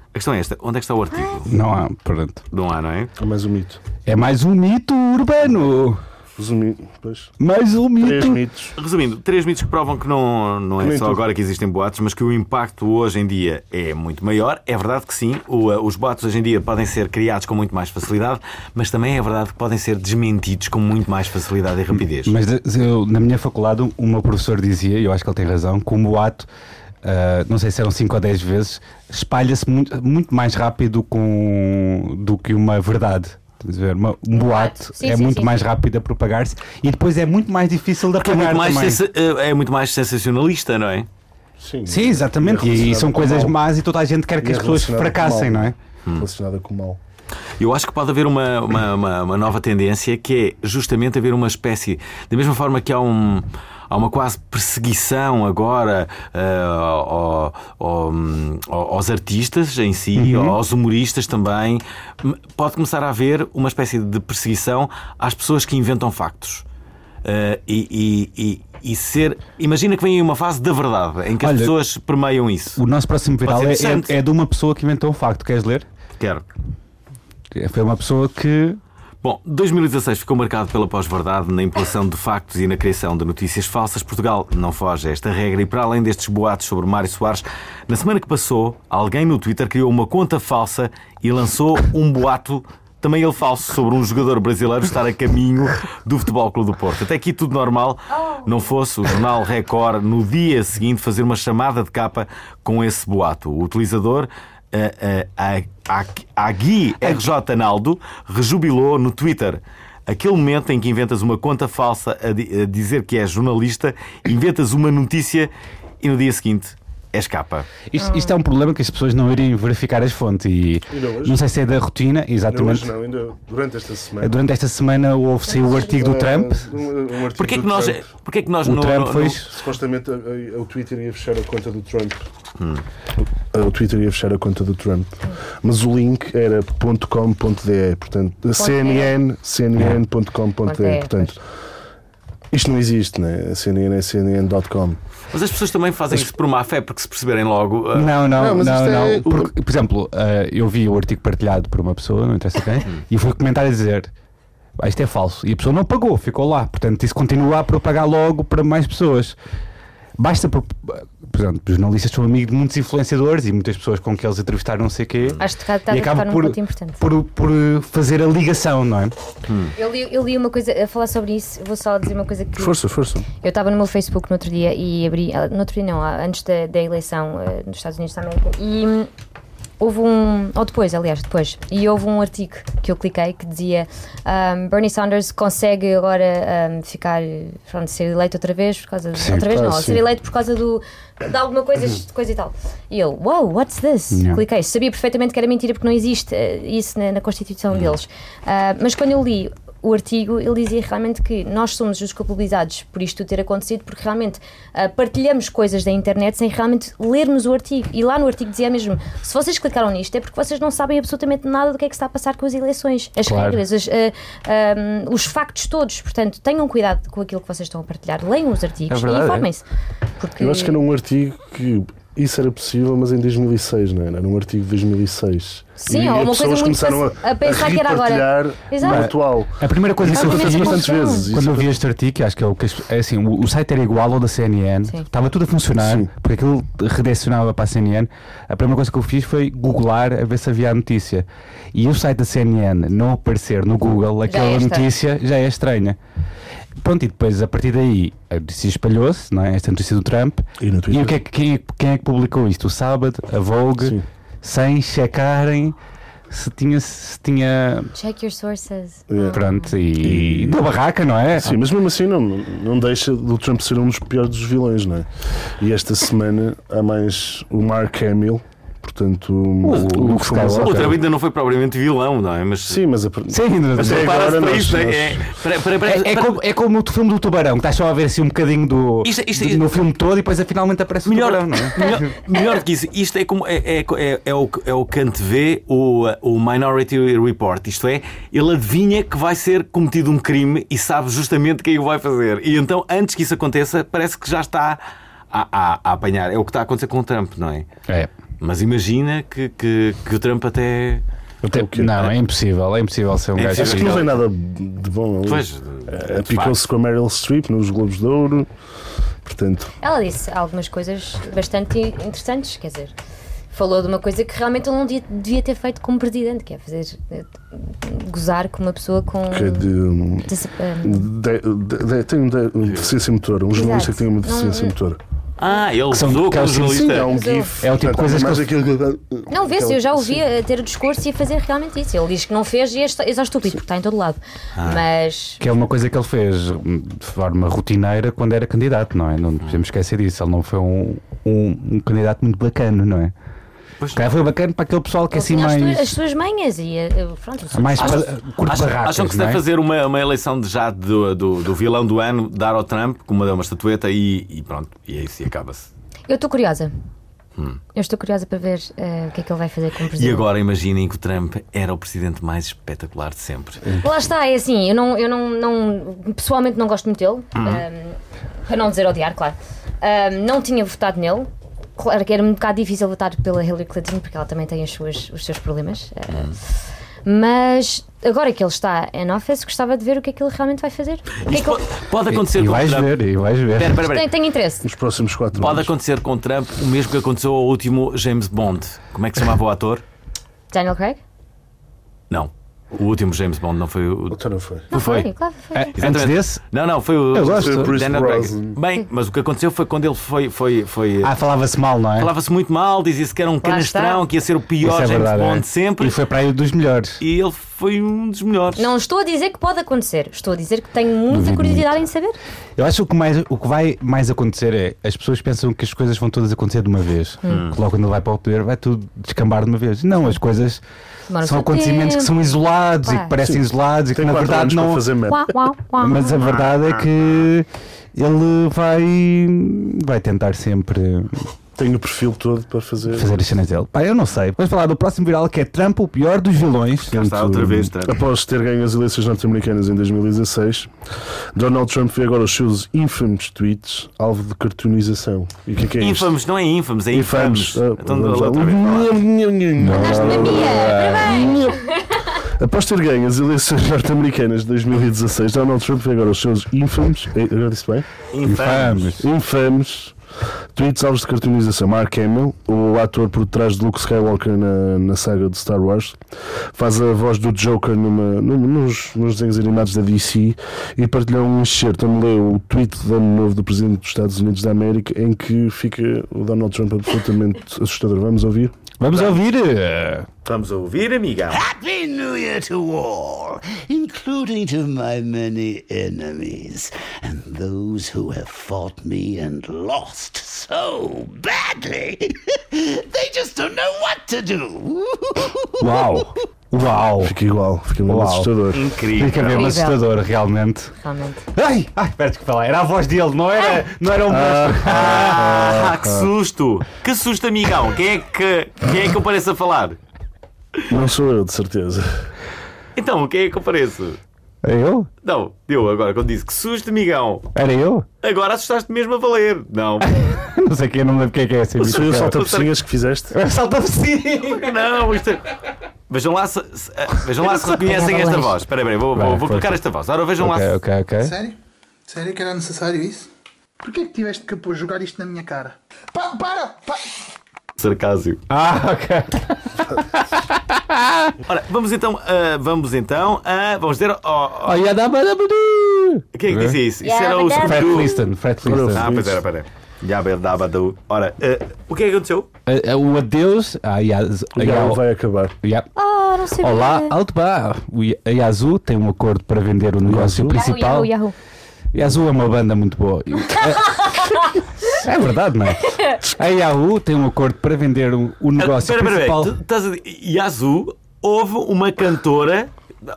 S1: a questão é esta: onde é que está o artigo?
S2: Não há, pronto.
S1: Não há, não é?
S3: É mais um mito.
S2: É mais um mito urbano!
S3: Resumi, pois,
S2: Mais um
S3: três
S2: mito!
S3: mitos.
S1: Resumindo, três mitos que provam que não, não é
S3: Nem
S1: só
S3: tudo.
S1: agora que existem boatos, mas que o impacto hoje em dia é muito maior. É verdade que sim, o, eh, os boatos hoje em dia podem ser criados com muito mais facilidade, mas também é verdade que podem ser desmentidos com muito mais facilidade e rapidez.
S2: Mas de- eu, na minha faculdade, um- um meu professor dizia, e eu acho que ele tem razão, que um boato, ah, não sei se eram 5 ou 10 vezes, espalha-se muito, muito mais rápido com, do que uma verdade. Estás a ver? Uma- um boato
S4: Sim,
S2: é
S4: sim,
S2: muito
S4: sim,
S2: mais
S4: sim.
S2: rápido a propagar-se e depois é muito mais difícil de
S1: Que é
S2: apagar
S1: muito, mais
S2: também.
S1: sensa- eh, é muito mais sensacionalista, não é?
S3: Sim,
S2: Sim, exatamente.
S3: E é
S2: E,
S3: relacionado
S2: são
S3: com
S2: coisas
S3: mal.
S2: más e toda a gente quer que
S3: E é
S2: as pessoas
S3: relacionado com
S2: fracassem,
S3: mal. Hum.
S2: não é?
S3: Relacionada com o mal.
S1: Eu acho que pode haver uma, uma, uma- uma nova tendência que é justamente haver uma espécie. Da mesma forma que há um. Há uma quase perseguição agora eh, ao- ao- hum, ao- aos artistas em si, aos humoristas também. M- Pode começar a haver uma espécie de perseguição às pessoas que inventam factos. Eh, e, e- e- e ser. Imagina que vem aí uma fase da verdade, em que as
S2: Olha,
S1: pessoas permeiam isso.
S2: O nosso próximo viral
S1: Pode
S2: é,
S1: ser interessante.
S2: é, é de uma pessoa que inventou um facto. Queres ler?
S1: Quero.
S2: Foi uma pessoa que
S1: Bom, 2016 ficou marcado pela pós-verdade na impulação de factos e na criação de notícias falsas. Portugal não foge a esta regra e, para além destes boatos sobre Mário Soares, na semana que passou, alguém no Twitter criou uma conta falsa e lançou um boato, também ele falso, sobre um jogador brasileiro estar a caminho do Futebol Clube do Porto. Até aqui tudo normal, não fosse o jornal Record no dia seguinte fazer uma chamada de capa com esse boato. O utilizador a, a, a, a, a Gui RJ Naldo rejubilou no Twitter. Aquele momento em que inventas uma conta falsa a, di- a dizer que és jornalista, inventas uma notícia e no dia seguinte és capa.
S2: Isto, isto é um problema que as pessoas não irem verificar as fontes e
S3: Ainda hoje?
S2: não sei se é da rotina,
S3: Ainda
S2: exatamente.
S3: hoje não, ainda durante esta semana.
S2: É Durante esta semana houve saiu o artigo do Trump.
S3: Ah, um- um artigo
S1: Porquê
S3: do
S1: que nós,
S3: Trump.
S1: porquê que nós
S2: O
S1: não,
S2: Trump
S1: não-
S2: foi
S1: não-
S2: isso.
S3: Supostamente a- a- o Twitter ia fechar a conta do Trump. Eh, O- O Twitter ia fechar a conta do Trump. Mas o link era .com.de, portanto, CNN, CNN.com.de, portanto. Isto não existe, né? A CNN é CNN.com.
S1: Mas as pessoas também fazem isto por má fé, porque se perceberem logo. ah,
S2: Não, não,
S3: Não,
S2: não,
S3: mas
S2: não.
S3: isto é-
S2: Porque, por exemplo, eh, eu vi o artigo partilhado por uma pessoa, não interessa quem, e foi comentar a dizer. "Ah, Isto é falso. E a pessoa não pagou, ficou lá. Portanto, isso continua a propagar logo para mais pessoas. Basta. Por, por exemplo, os jornalistas são amigos de muitos influenciadores e muitas pessoas com que eles entrevistaram, não sei o quê.
S4: Acho que está
S2: e
S4: a
S2: acaba
S4: tocar num
S2: por,
S4: ponto importante.
S2: por, por eh, fazer a ligação, não é?
S4: Eu li, eu li uma coisa, a falar sobre isso, vou só dizer uma coisa que.
S3: Força, força.
S4: Eu estava no meu Facebook no outro dia e abri. ah, No outro dia não, ah, antes da, da eleição ah, nos Estados Unidos da América. E hum, houve um. Ou depois, aliás, depois. E houve um artigo que eu cliquei que dizia: ahm, Bernie Sanders consegue agora ahm, ficar. Pronto, ser eleito outra vez por causa.
S2: Sim, Uhum.
S4: outra vez
S3: ah,
S4: não,
S3: sim.
S4: ser eleito por causa do. de alguma coisa, de coisa e tal. E eu: Wow, what's this?
S2: Yeah.
S4: Cliquei. Sabia perfeitamente que era mentira porque não existe eh, isso na, na Constituição deles. Ah, mas quando eu li o artigo, ele dizia realmente que nós somos os culpabilizados por isto ter acontecido, porque realmente ah, partilhamos coisas da internet sem realmente lermos o artigo. E lá no artigo dizia mesmo: se vocês clicaram nisto é porque vocês não sabem absolutamente nada do que é que se está a passar com as eleições, as
S2: Claro.
S4: regras, as, ah, ah, os factos todos. Portanto, tenham cuidado com aquilo que vocês estão a partilhar, leiam os
S2: É
S4: artigos
S2: verdade,
S4: e informem-se. Porque...
S3: Eu acho que era um artigo que isso era possível, mas em 2006, não era? Era um artigo de 2006.
S4: Sim,
S3: e
S4: ou
S3: as
S4: uma coisa
S3: pessoas
S4: muito
S3: começaram
S4: fácil a pensar que era agora.
S3: repartilhar
S4: Exato.
S3: no atual.
S2: A primeira coisa que
S3: Isso
S2: eu
S4: Exatamente.
S3: aconteceu
S2: fiz
S3: bastantes
S4: confusão.
S3: vezes.
S2: Quando
S3: isso
S2: eu vi este artigo, que acho que é o que as- é assim, o, o site era igual ao da CNN,
S4: Sim.
S2: estava tudo a funcionar,
S3: Sim.
S2: porque aquilo redirecionava para a CNN. A primeira coisa que eu fiz foi googlar a ver se havia a notícia. E o site da CNN não aparecer no Google, aquela
S4: é estranho.
S2: notícia já é estranha. Pronto, e depois a partir daí a notícia espalhou-se, não é? Esta notícia do Trump.
S3: E no Twitter?
S2: o que é que- quem, é, que- quem é que publicou isto? O Sábado, a Vogue,
S3: Sim.
S2: sem checarem se tinha. Se tinha
S4: Check your sources. Ah.
S3: É.
S2: Pronto, e, da barraca, não é?
S3: Sim, mas mesmo assim não, não deixa do Trump ser um dos piores dos vilões, não é? E esta semana há mais o Mark Hamill, portanto...
S2: o Luke Skywalker.
S1: O
S2: Ok.
S1: Trump ainda não foi propriamente vilão, não é? Mas
S3: Sim, mas... A...
S2: Sim,
S1: Mas prepara-se
S3: Até agora
S1: para
S3: nós-
S1: isto, né?
S3: nós-
S1: é? para- para- para-
S2: É, é
S1: para-
S2: como, é como o filme do Tubarão, que estás só a ver assim um bocadinho do,
S1: Isto- isto-
S2: do- no filme todo e depois é, finalmente aparece o
S1: é- Melhor,
S2: Tubarão, não é?
S1: *laughs* melhor, melhor do que isso, isto é como é, é, é, é o, que- é o Kant vê o, o Minority Report, isto é, ele adivinha que vai ser cometido um crime e sabe justamente quem o vai fazer. E então, antes que isso aconteça, parece que já está a, a- a apanhar. É o que está a acontecer com o Trump, não é?
S2: É.
S1: Mas imagina que, que, que o Trump até.
S2: Não, é impossível, é impossível ser um
S1: É
S2: gajo.
S3: Acho que
S1: impossível.
S2: assim.
S3: não vem nada de bom ali.
S1: Pois,
S3: Eh,
S1: de
S3: Apicou-se com a Meryl Streep nos Globos de Ouro, portanto...
S4: Ela disse algumas coisas bastante interessantes, quer dizer, falou de uma coisa que realmente ele não devia, devia ter feito como presidente, que é fazer eh, gozar com uma pessoa com.
S3: Que é de, hum,
S4: dessa- eh,
S3: de- de- de- tem um de- uma deficiência motora, um jornalista que tem uma deficiência motora.
S1: Ah, ele
S2: são-
S1: usou como
S2: que elas são-
S1: jornalista.
S3: Sim, é um
S4: Mas eu-
S3: gif.
S2: É o tipo de coisas
S3: Mas
S2: que
S3: aquilo-
S4: Não, vê-se,
S3: aquela-
S4: eu já ouvi
S3: Sim.
S4: a ter o discurso e a fazer realmente isso. Ele diz que não fez e é só é só estúpido, porque está em todo lado.
S1: Ah.
S4: Mas.
S2: Que é uma coisa que ele fez hum, de forma rotineira quando era candidato, não é? Não podemos esquecer disso. Ele não foi um, um, um candidato muito bacana, não é?
S1: Pois
S2: O cara foi bacana para aquele pessoal que é
S4: ele
S2: assim
S4: tinha as,
S2: mais.
S4: tuas- as suas manhas e. eh, Pronto, o
S2: mais
S1: Acham-
S2: pa- curto
S1: acham-
S2: barracas,
S1: acham que se
S2: não
S1: deve
S2: é?
S1: fazer uma, uma eleição de já do, do, do vilão do ano, dar ao Trump, com uma, uma estatueta e, e pronto, e é isso e acaba-se.
S4: Eu estou curiosa. Eu estou curiosa para ver eh, o que é que ele vai fazer como
S1: Hum.
S4: presidente.
S1: E agora imaginem que o Trump era o presidente mais espetacular de sempre.
S4: Lá está, é assim, eu não, eu não, não pessoalmente não gosto muito dele,
S2: Hum.
S4: ahm, para não dizer odiar, claro. Ahm, não tinha votado nele. Claro que era um bocado difícil votar pela Hillary Clinton, porque ela também tem as suas, os seus problemas. ah,
S2: Hum.
S4: Mas agora que ele está em office, gostava de ver o que é que ele realmente vai fazer. O que é
S1: Isto
S4: que
S1: pode,
S4: ele...
S1: pode acontecer
S2: E
S1: com o
S2: vais
S1: Trump.
S2: ver, e vais ver.
S1: Espera, espera, espera.
S4: Tenho, tenho interesse.
S3: Nos próximos quatro
S1: Pode
S3: anos.
S1: acontecer com o Trump o mesmo que aconteceu ao último James Bond. Como é que se chamava o ator?
S4: Daniel Craig?
S1: Não. O último James Bond não foi o.
S3: Então não foi.
S4: Não
S1: foi.
S4: Claro, foi.
S2: É, antes
S1: Exatamente.
S2: desse,
S1: Não, não, foi o.
S2: Eu gosto.
S3: Foi o Pierce
S1: Daniel Craig.
S3: Brosnan.
S1: Bem, mas o que aconteceu foi quando ele foi. foi, foi
S2: ah, falava-se mal, não é?
S1: Falava-se muito mal, dizia-se que era um canastrão,
S4: está.
S1: que ia ser o pior
S2: Isso é
S1: James
S2: verdade,
S1: Bond
S2: é.
S1: sempre.
S2: E foi para aí dos melhores.
S1: E ele foi um dos melhores.
S4: Não estou a dizer que pode acontecer, estou a dizer que tenho muita curiosidade em saber.
S2: Eu acho que o que, mais, o que vai mais acontecer é as pessoas pensam que as coisas vão todas acontecer de uma vez.
S4: Hum.
S2: Que logo quando ele vai para o poder vai tudo descambar de uma vez. Não, as coisas
S4: Demora um o
S2: são
S4: seu
S2: acontecimentos que
S4: tempo.
S2: são isolados e
S4: Claro.
S2: que parecem isolados e que
S3: Tem
S2: na
S3: 4 anos
S2: verdade
S3: para
S2: não.
S3: fazer merda.
S4: Uau, uau, uau.
S2: Mas a verdade
S4: Ah,
S2: é que ele vai, vai tentar sempre
S3: Tenho o perfil todo para fazer.
S2: fazer as cenas dele. Pá, eu não sei. Vamos falar do próximo viral que é Trump, o pior dos vilões.
S1: Já está outra vez, tá?
S3: Após ter ganho as eleições norte-americanas em 2016, Donald Trump vê agora os seus infames tweets alvo de cartoonização. E o que é que é isto?
S1: Ínfamos, não é ínfamos, é
S3: Infames.
S1: infames.
S3: Ah,
S1: Então,
S3: vamos lá.
S1: outra vez.
S4: Estás na minha,
S2: Ah.
S3: *laughs*
S4: parabéns.
S3: Após ter ganho as eleições norte-americanas de 2016, Donald Trump vê agora os seus infames. eh, Agora disse bem?
S1: Infames.
S3: Infames. Tweets alvos de cartoonização. Mark Hamill, o ator por trás de Luke Skywalker na, na saga de Star Wars, faz a voz do Joker numa- num- nos, nos desenhos animados da DC e partilhou um excerto onde leu o tweet de ano novo do Presidente dos Estados Unidos da América em que fica o Donald Trump absolutamente *laughs* assustador. Vamos ouvir?
S2: Vamos ouvir. eh,
S1: Vamos a ouvir, amigão.
S7: Happy New Year to all, including to my many enemies and those who have fought me and lost so badly. *laughs* they just don't know what to do.
S3: *laughs*
S2: Uau! Uau!
S3: Fica igual, fica mesmo
S2: Uau.
S3: assustador.
S2: Fica
S1: Incrível.
S2: mesmo
S4: Incrível.
S2: assustador, realmente.
S4: Realmente.
S2: Ai, ai, pera que falar. Era a voz dele, não era, não era um monstro.
S1: Ah, que susto!
S2: ah.
S1: Que susto, amigão! Quem é que, quem é que eu pareço a falar?
S3: Não sou eu, de certeza.
S1: Então, quem é que eu pareço?
S2: Era eu?
S1: Não, eu agora quando disse que susto, amigão,
S2: Era eu?
S1: agora assustaste mesmo a valer. Não,
S2: Não sei quem, não me lembro quem é que é essa
S3: Sou
S2: bicha.
S3: eu o *laughs* salta-piscinhas que fizeste?
S2: Salta-me sim!
S1: não, isto é... Vejam lá se, se- ah, vejam lá se reconhecem esta voz. Espera, aí, espera, aí, vou, vou,
S2: Vai,
S1: vou colocar
S2: força.
S1: esta voz. Ora, vejam
S2: Ok,
S1: lá. se-
S2: ok, ok.
S8: Sério? Sério que era necessário isso? Porquê é que tiveste que pôr jogar isto na minha cara? Pa para! Pa
S1: Sarcásio.
S2: Ah, ok.
S1: Ora, vamos então, ah, vamos então, ah, vamos dizer. Oh,
S2: Oh, yadabadabadu!
S1: Quem é que disse isso? Isso
S4: Yeah,
S1: era o
S4: but that-
S2: Fred
S1: Scooby-Doo.
S2: Flintstone, Fred Flintstone.
S1: Ah, pois era, pera. Já bem, dava do. Ora, eh, o que é que aconteceu?
S2: Ah, ah, O adeus. Ah, Yaz-
S3: O
S2: Yao-
S3: galo vai acabar.
S2: Ya-
S4: Oh, não sei
S2: Olá, alto bar. O Ya- A Yazoo tem um acordo para vender o negócio principal.
S4: Yahoo, Yahoo.
S2: Yazoo é uma banda muito boa. É, é verdade, não é? A Yahoo tem um acordo para vender o, o negócio
S1: Ah, Espera,
S2: principal.
S1: Tu estás a dizer- Yazoo, houve uma cantora.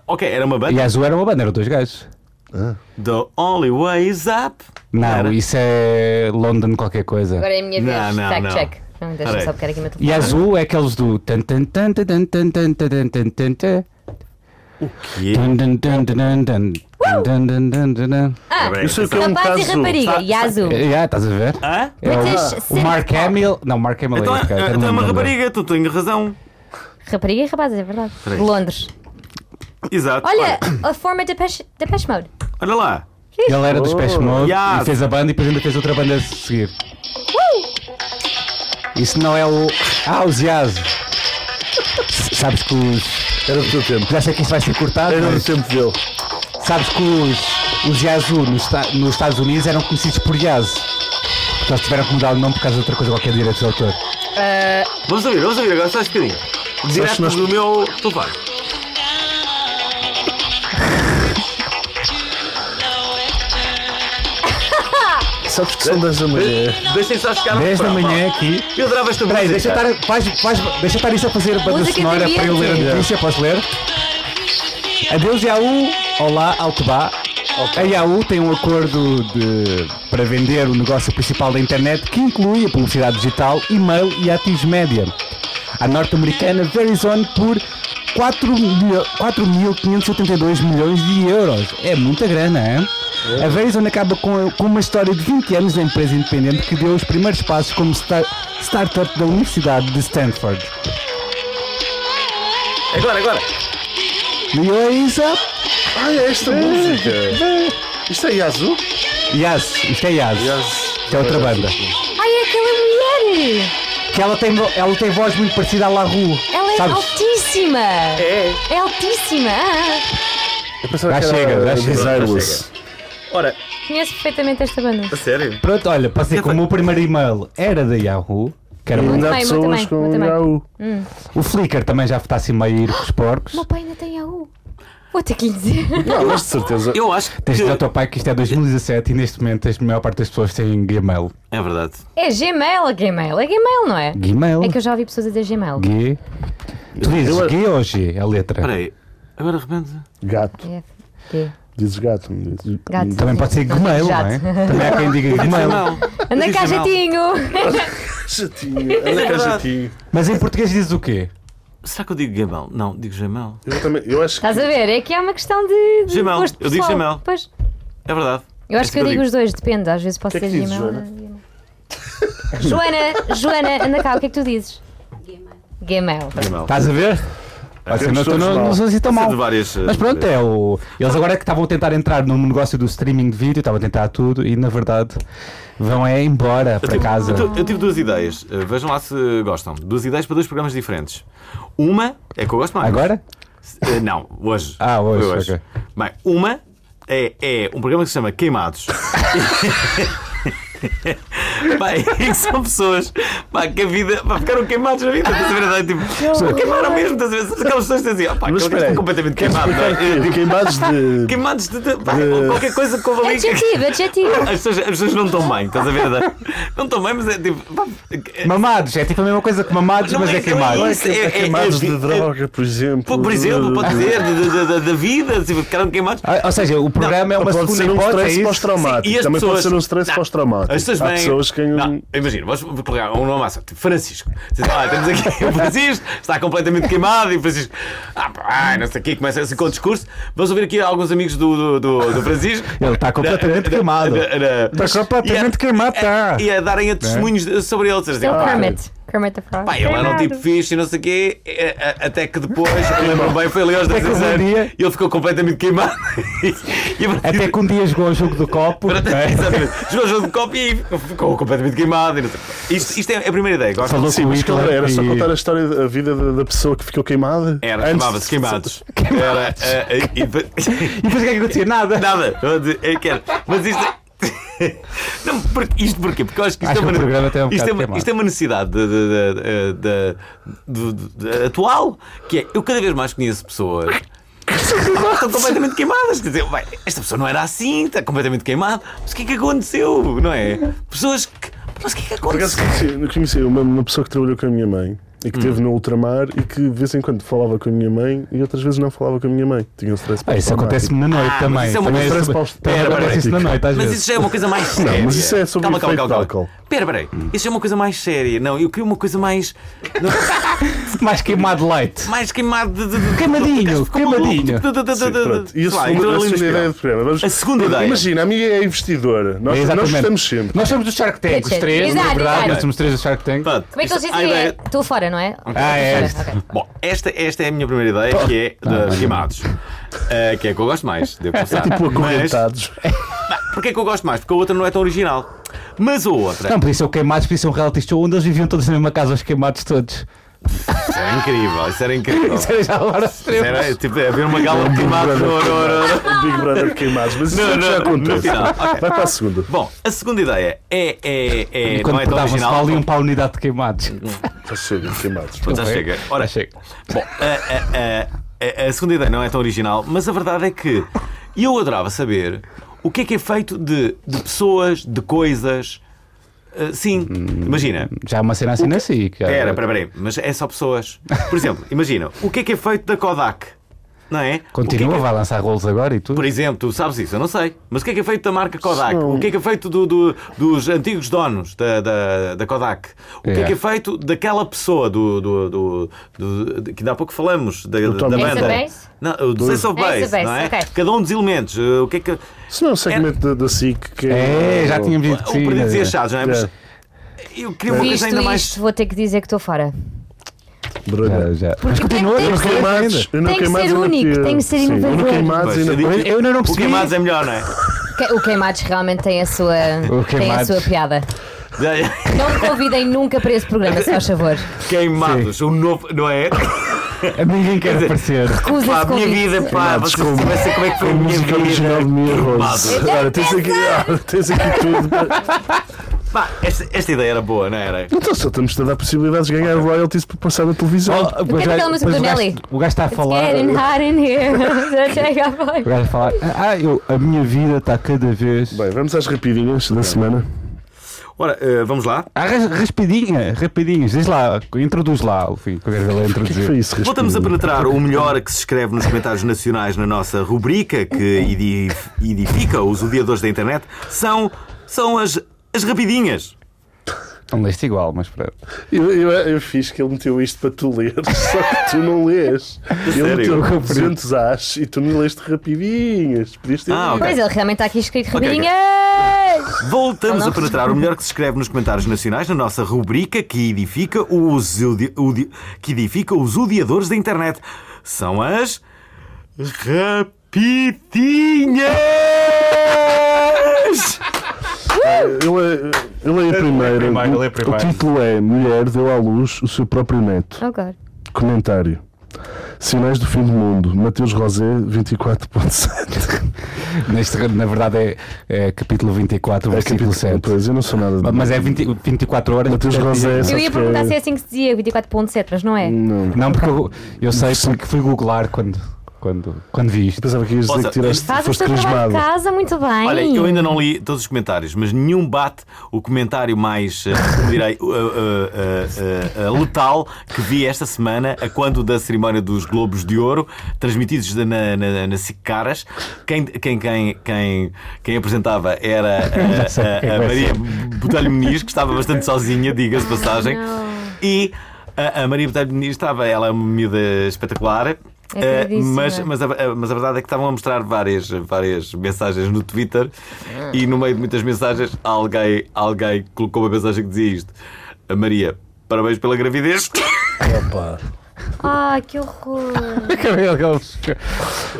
S1: Ok, era uma banda.
S2: E a Azul era uma banda, eram dois gajos.
S1: The Only Way Is Up.
S2: Não,
S1: Era.
S2: isso é London qualquer coisa.
S4: Agora é a minha vez.
S1: Não, não,
S4: Fact
S1: não.
S4: check. Não, Deixa-me
S1: Peraí.
S4: só porque era aqui o meu
S2: E
S4: telefone.
S2: a Azul é aqueles do. tan, tan, tan, tan, tan, tan, tan, tan, tan, tan, tan, tan.
S1: Que é?
S2: Tan, tan, tan, tan, tan, tan, tan, tan, tan, tan, tan.
S4: Ah,
S1: Espera aí.
S3: Isso é que é um
S4: rapaz e
S3: caso.
S4: rapariga, Yazoo.
S2: É, Já, estás a ver?
S1: Hã?
S2: É
S4: British
S2: o, o Mark Hamill. Não, Mark Hamill
S1: Então,
S2: é esse cara.
S1: eh,
S2: eu não
S1: então é uma
S2: lembro.
S1: rapariga, tu tens razão.
S4: Rapariga e rapaz, é verdade.
S1: Peraí.
S4: De Londres.
S1: Exato.
S4: Olha, a forma é Depeche, Depeche Mode.
S1: olha lá.
S2: Ele era dos Pest Mode
S1: Yeah.
S2: e fez a banda e depois ainda fez outra banda a seguir. Isso não é o. Ah, os Yazoo. Sabes que os.
S3: Era do teu tempo.
S2: Já sei que isso vai ser cortado,
S3: Era do
S2: mas
S3: tempo dele.
S2: sabes que os, os Yazoo nos, Esta- nos Estados Unidos eram conhecidos por Yazoo. Porque eles tiveram que mudar o nome por causa de outra coisa qualquer de direitos de autor.
S1: Vamos ouvir, vamos ouvir agora só um bocadinho. Direto
S3: nós-
S1: do meu telefone.
S3: Sabes que são 10 da manhã.
S1: Deixem só chegar ao
S2: 10 é. da
S1: refrão,
S2: manhã aqui.
S1: vá. Eu adorava esta
S2: Peraí,
S1: música.
S2: deixa eu estar, faz, faz, deixa eu estar isso a fazer a banda
S4: Música de
S2: sonora para eu ler
S4: ambiente.
S2: a notícia. Posso ler? Adeus Yahoo, olá Altebá. A Yahoo tem um acordo de- para vender o negócio principal da internet que inclui a publicidade digital, e-mail e ativos média. A norte-americana Verizon por 4 milho- 4.572 milhões de euros. É muita grana, é? A Verizon acaba com, com uma história de 20 anos da empresa independente que deu os primeiros passos como sta- startup da Universidade de Stanford.
S1: Agora, agora.
S2: Milhões up!
S3: Ah, é esta música. Isto é Yazoo?
S2: Yes, isto é Yaz.
S3: Yazoo.
S2: Isto é outra banda.
S4: Ai, é aquela mulher!
S2: Que ela tem, ela tem voz muito parecida à La Rue.
S4: Ela é
S2: sabes?
S4: altíssima! É? É altíssima! Ah,
S3: Eu pensava
S2: Já
S3: que era
S2: chega, já
S3: a
S2: chega.
S3: Desireless.
S1: Ora,
S4: conheço perfeitamente esta banda.
S1: a sério?
S2: Pronto, olha, passei
S1: Então
S2: com o meu primeiro e-mail era da Yahoo, que era
S3: Ainda há
S4: bem, muito
S3: pessoas
S4: bem, muito
S3: com
S4: bem.
S3: Yahoo.
S2: o Flickr também já está assim meio a ir com os porcos.
S4: O meu pai ainda tem Yahoo. Vou ter que lhe dizer.
S3: Não, mas de certeza.
S1: Eu acho que.
S2: Tens de dizer ao teu pai que isto é 2017 e neste momento a maior parte das pessoas têm Gmail.
S1: É verdade.
S4: É Gmail, Gmail. É Gmail, não é?
S2: Gmail?
S4: É que eu já ouvi pessoas a dizer Gmail.
S2: G. Tu dizes
S3: Eu-
S2: G ou G? A letra.
S1: Espera aí. Agora de repente.
S3: Gato.
S4: É, G.
S3: Dizes gato. não dizes?
S4: Gato.
S2: Também pode ser Gmail, não é?
S4: Jato.
S2: Também há
S1: *laughs*
S2: quem diga Gmail.
S4: Anda cá, jatinho!
S3: Jatinho. Anda cá, jatinho.
S2: Mas em português dizes o quê?
S1: Será que eu digo Gmail? Não, digo Gmail.
S3: Eu também. Eu acho que.
S4: Estás a ver? É que é uma questão de. de
S1: Gmail.
S4: gosto
S1: Eu digo
S4: pessoal.
S1: Gmail.
S4: Pois.
S1: É verdade.
S4: Eu acho
S1: É
S4: que eu
S1: assim
S4: digo os dois, depende, às vezes posso
S3: que é
S4: ser
S3: que dizes,
S4: Gmail. *laughs* Joana, Joana, anda cá, o que é que tu dizes? Gmail.
S1: Gmail.
S2: Estás a ver? Ou seja, não,
S3: pessoas
S2: não, não
S3: mal.
S2: são assim tão
S1: São
S2: Tá mal.
S1: de várias, eh,
S2: Mas pronto, é o. Eles agora é que estavam a tentar entrar no negócio do streaming de vídeo, estavam a tentar tudo e na verdade vão é embora para
S1: tive-
S2: casa.
S1: eu tu- Então, Eu tive duas ideias. Uh, Vejam lá se gostam. Duas ideias para dois programas diferentes. Uma é que eu gosto mais.
S2: Agora?
S1: Uh, Não, hoje.
S2: Ah, hoje,
S1: Foi
S2: ok.
S1: Bem, uma é, é um programa que se chama Queimados. Pá, e que são pessoas pá, que a vida pá, ficaram queimados na vida, estás a ver? Tipo, queimaram mesmo, estás a ver? Aquelas pessoas que diziam, pá, aquele
S3: espera
S1: gajo está
S3: aí.
S1: completamente queimado, não é?
S3: De queimados de.
S1: Queimados de, de- pá, qualquer coisa com a
S4: É
S1: valícia.
S4: Adjetivo,
S1: *laughs*
S4: adjetivo.
S1: As pessoas, as pessoas não estão bem, estás a ver? Não estão bem, mas é tipo. pá, é-
S2: Mamados, é tipo a mesma coisa que mamados,
S1: Não
S2: mas
S1: é-
S2: é queimado.
S1: não é isso, é- é-
S3: Queimados
S1: é-
S3: de droga, por exemplo.
S1: Pô, por exemplo, pode ser, de- de- de- da vida, se ficaram queimados.
S2: Ah, Ou seja, o programa é uma
S3: Pode
S2: segunda
S3: ser um
S2: hipótese.
S3: stress
S2: é isso?
S1: Sim, e
S3: pós-traumático.
S1: as
S3: Também pode
S1: pessoas-
S3: ser um stress
S1: Não,
S3: pós-traumático.
S1: As pessoas
S3: Há
S1: vêm-
S3: pessoas que. um-
S1: Não, imagina, vamos pegar um nome assim, tipo, Francisco. Diz, Ah, temos aqui *laughs* o Francisco, está completamente queimado e o Francisco. Ah, pá, ai, não sei o quê, começa assim com o discurso. Vamos ouvir aqui alguns amigos do, do, do- do Francisco.
S2: Ele está completamente queimado. Está completamente queimado, tá.
S1: é- E é- a darem a testemunhos de- sobre ele. Dizer,
S4: É o
S1: "Ah,
S4: Kermit. Kermit the Frog.
S1: Pá, ele era um tipo fixe e não sei o quê, eh, eh, até que depois, eu lembro bem, foi ali aos
S2: Até que
S1: 16
S2: um
S1: anos,
S2: dia-
S1: e ele ficou completamente queimado. *laughs* E a partir
S2: Até que um dia jogou o jogo do copo. *laughs* né?
S1: Exatamente. Jogou jogo de copo e ficou completamente queimado. e não sei o quê. Isto, isto é a primeira ideia. Gosto
S2: Falou
S3: Sim,
S2: com o
S3: mas
S2: Hitler
S3: claro, era só
S2: e-
S3: contar a história da vida da da pessoa que ficou queimada.
S1: Era,
S3: Antes-
S1: chamava-se Queimados. Era, eh, eh, e depois-
S2: *laughs* E depois o que é que acontecia? Nada.
S1: Nada, eu dizer, eu quero. Mas isto. *laughs* é- Não, por- isto porquê? Porque eu acho que isto
S2: Acho
S1: é uma,
S2: que o programa tem um
S1: isto, é
S2: bocado
S1: uma,
S2: queimado.
S1: isto é uma necessidade de- de- de- de- de- de- de- atual, que é eu cada vez mais conheço pessoas. que Estão completamente queimadas. Quer dizer, bem, esta pessoa não era assim, está completamente queimada. Mas o que é que aconteceu? Não é? Pessoas que. Mas o que é que
S3: Por acaso
S1: aconteceu?
S3: conheci, eu conheci uma, uma pessoa que trabalhou com a minha mãe e que
S2: Hum.
S3: esteve no ultramar e que de vez em quando falava com a minha mãe e outras vezes não falava com a minha mãe. Tinha um stress
S2: Ah, isso
S3: pós-traumático.
S2: acontece-me na noite
S1: Ah, mas
S2: também.
S1: isso é uma
S2: também
S1: coisa-
S2: sobre-
S3: Parece-
S2: também
S3: Espera,
S2: acontece isso na
S3: espera,
S2: noite, às
S1: Mas
S2: vezes.
S1: isso já é uma coisa mais
S3: *laughs*
S1: séria.
S3: mas isso é sobre o efeito de álcool.
S1: Espera, peraí. Isso é uma coisa mais séria. Não, eu queria uma coisa mais.
S2: Mais queimado light.
S1: mais queimado de, de, de
S2: Queimadinho,
S1: Ficou maluco.
S2: queimadinho.
S1: De- de- de-
S3: Sim,
S1: de- de-
S3: pronto. E a
S1: sei lá, entrou
S3: segunda, a
S1: então ali no
S3: segunda ideia do
S1: espiral.
S3: programa. Vamos-
S1: A segunda ideia.
S3: Imagina, a minha é investidora. Nós, nós
S2: Exatamente.
S3: estamos sempre. tipo,
S2: Nós somos do Shark Tank, os
S4: Exato,
S2: três, na
S4: exato,
S2: verdade.
S4: exato.
S2: Nós somos três do Shark Tank.
S1: Pronto,
S4: Como é que eles
S1: isto- a
S4: dizem?
S1: ideia-
S4: Estou fora, não é?
S2: Ah, é.
S4: Estou fora, ok.
S1: Bom, esta, esta é a minha primeira ideia, que é de Rimados. Eh, que é que eu gosto mais, devo confessar.
S3: Tipo
S1: Mas,
S2: *laughs*
S3: acorrentados. *laughs*
S1: porque é que eu gosto mais? Porque a outra não é tão original. Mas a outra
S2: Não, por isso é o queimados, por isso é um reality show onde eles viviam todos na mesma casa, os queimados todos.
S1: Isso era incrível, isso era incrível.
S2: Isso *laughs* é um era já agora os
S1: Isso
S2: três.
S1: era tipo haver uma gala de
S3: Big
S1: queimados.
S3: Brother
S1: Ora, ora, ora.
S3: queimados. Big Brother queimados. Mas isso
S1: Não,
S3: é que já
S1: não, no
S3: acontece.
S1: final, ok.
S3: Vai para a segunda.
S1: Bom, a segunda ideia é. é, é não
S2: Quando
S1: é tão
S2: portava-se
S1: original. Uhum.
S2: mal, iam para um a unidade de queimados.
S3: Já chega, queimados.
S1: Pronto, já
S2: Ok.
S1: chega. Ora,
S2: é? Já chega.
S1: Bom, a, a- a- a- a segunda ideia não é tão original, mas a verdade é que eu adorava saber o que é que é feito de, de pessoas, de coisas. Ah, sim, imagina.
S2: Já há uma cena assim na SIC.
S1: Espera, espera, espera, aí, mas é só pessoas. Por exemplo, imagina, o que é que é feito da Kodak? Não é?
S2: Continua,
S1: O que é que é-
S2: vai lançar rolos agora e tudo.
S1: Por exemplo, tu sabes isso, eu não sei. Mas o que é que é feito da marca Kodak? O que é que é feito do- do- dos antigos donos da, da, da Kodak? O que é. que é
S2: Yeah.
S1: feito daquela pessoa do, do, do- do- de- que dá pouco falamos da, da
S3: Tom
S1: banda?
S3: Hanks.
S4: Ace of Base?
S1: Não, do Ace of Base,
S4: Ace of Base,
S1: não é?
S4: ok.
S1: Cada um dos elementos. eh, O que é que
S3: Se não é o segmento da, da SIC que
S2: É, já tínhamos dito que
S1: o
S2: sim.
S1: perdido
S2: né?
S1: e achados, não é? Mas
S3: É.
S1: eu queria uma coisa
S4: Visto
S1: ainda
S4: isto,
S1: mais.
S4: vou ter que dizer que estou fora.
S2: Já,
S3: Brother.
S2: já. Mas
S4: tem-
S2: continua,
S4: tem
S2: não
S4: que-
S3: Queimados, eu não
S4: Tem que
S3: queimados
S4: ser
S3: ainda
S4: único,
S3: pior.
S4: tem que ser
S3: Sim, eu não
S4: inovador.
S3: queimados ainda
S2: Eu- eu ainda não
S1: O
S2: percebi.
S1: que mais é melhor, não é?
S4: Que- O Queimados realmente tem a sua,
S2: O
S4: tem a
S2: Queimados.
S4: sua piada.
S1: é
S4: Não me convidem nunca para esse programa, se faz favor.
S1: Queimados, o novo, não é?
S2: Ninguém quer
S1: *laughs*
S2: aparecer.
S1: Pá,
S4: Recusa-se
S1: a minha
S4: convite.
S1: vida, pá,
S3: Queimados,
S1: vocês
S3: com-
S1: soubessem como é que foi a minha
S3: Música original de
S1: vida.
S3: Mia Rose.
S1: Queimados.
S3: Agora, tens aqui, ah, *laughs* tens aqui tudo.
S1: Pá, esta, esta ideia era boa, não era?
S3: Então só estamos a dar possibilidades de ganhar royalties para passar na televisão.
S4: é aquela música do Nelly?
S2: O gajo está a
S4: It's
S2: falar.
S4: getting hot in here. *laughs* Já chega a
S2: O
S4: voz.
S2: gajo a falar. Ah, eu, a minha vida está cada vez.
S3: Bem, vamos às rapidinhas da semana.
S1: Ora, eh, vamos lá.
S2: Ah, ras- raspadinha, rapidinhas. Diz lá, introduz lá o fim. que eu quero ver lá
S3: O que é que foi
S2: introduzir.
S3: isso, Raspinho?
S1: Voltamos a penetrar o melhor que se escreve nos comentários nacionais na nossa rubrica que edif- edifica os odiadores da internet. São, são as, as rapidinhas.
S2: Não leste igual, mas pronto.
S3: Eu, eu, eu fiz que ele meteu isto para tu ler, *laughs* só que tu não lês.
S1: Sério?
S3: Ele
S1: Eu
S3: meteu
S2: compreendo.
S3: 200 as e tu me leste rapidinhas. Podias ter
S1: Ah,
S3: lido.
S1: ok.
S4: Pois ele realmente está aqui escrito
S1: ok.
S4: rapidinhas.
S1: Voltamos a penetrar o melhor que se escreve nos comentários nacionais na nossa rubrica que edifica os, odi- odi- que edifica os odiadores da internet. São as. Rapidinhas!
S3: Eu, leio- eu leio a primeira.
S2: primeiro, eu leio
S3: o
S2: primeiro.
S3: título é Mulher deu à luz o seu próprio neto.
S4: Oh, God.
S3: Comentário. Sinais do fim do mundo. Mateus
S2: *laughs*
S3: Rosé, 24.7.
S2: Neste, na verdade é, é capítulo 24,
S3: É
S2: versículo 7.
S3: Pois, eu não sou nada de...
S2: Mas é 20, 24 horas. é
S3: Mateus
S2: portanto,
S3: Rosé.
S4: Eu ia
S3: sabes que
S4: perguntar
S3: é-
S4: se é assim que se dizia 24.7, mas não é.
S3: Não.
S2: Não, porque eu, eu sei porque fui googlar quando, quando, quando vi
S3: *laughs*
S2: isto.
S3: Pensava que ias dizer
S1: Ouça,
S3: que tiraste,
S4: Faz o
S3: foste
S4: seu trabalho
S3: crismado.
S4: de casa muito bem.
S1: Olha, eu ainda não li todos os comentários, mas nenhum bate o comentário mais, eh, como direi, *laughs* eh, eh, eh, eh, letal que vi esta semana, a quando da cerimónia dos Globos de Ouro, transmitidos na, na, na, na SIC Caras. Quem, quem, quem, quem, quem apresentava era eh,
S2: *laughs* Já sei
S1: a-
S2: quem
S1: a,
S2: vai
S1: Maria Botelho Muniz, que estava bastante sozinha, diga-se de passagem.
S4: não.
S1: E a, a Maria Botelho Muniz estava, ela é uma miúda espetacular.
S4: É
S1: eh,
S4: queridíssima.
S1: mas, mas a, a- mas a verdade é que estavam a mostrar várias, várias mensagens no Twitter e no meio de muitas mensagens alguém, alguém colocou uma mensagem que dizia isto: A Maria, parabéns pela gravidez.
S4: Ah, que horror.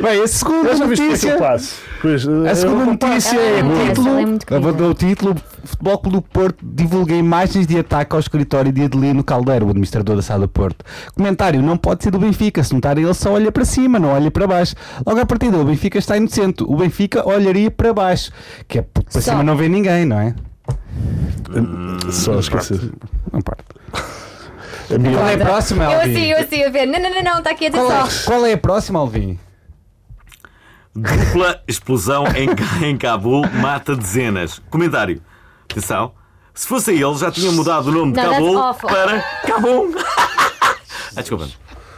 S2: Bem, a segunda
S3: Eu já viste
S2: notícia.
S3: aquele passo. Pois,
S2: A segunda notícia é
S4: Ela é
S2: título.
S4: muito
S2: Eu vou
S4: querida.
S2: dar o título. Futebol Clube do Porto divulga imagens de ataque ao escritório de Adelino Caldeiro, o administrador da Sala do Porto. Comentário: não pode ser do Benfica. Se notarem, ele só olha para cima, não olha para baixo. Logo à partida, o Benfica está inocente. O Benfica olharia para baixo. Que é porque para
S4: Só.
S2: cima não vê ninguém, não é?
S3: Só esquecer.
S2: Não parte.
S3: A minha-
S2: Qual Hum, é a próxima,
S4: Eu assim,
S2: Alvin?
S4: eu assim, a ver. Não, não, não, não, está aqui,
S2: Qual é,
S4: atenção.
S2: qual é a próxima, Alvin?
S1: Dupla explosão em, em *laughs* Cabul mata dezenas. Comentário: Atenção, se fosse ele, já tinha mudado o nome de
S4: Não, that's
S1: Cabul
S4: awful.
S1: para Cabum. ah, desculpa.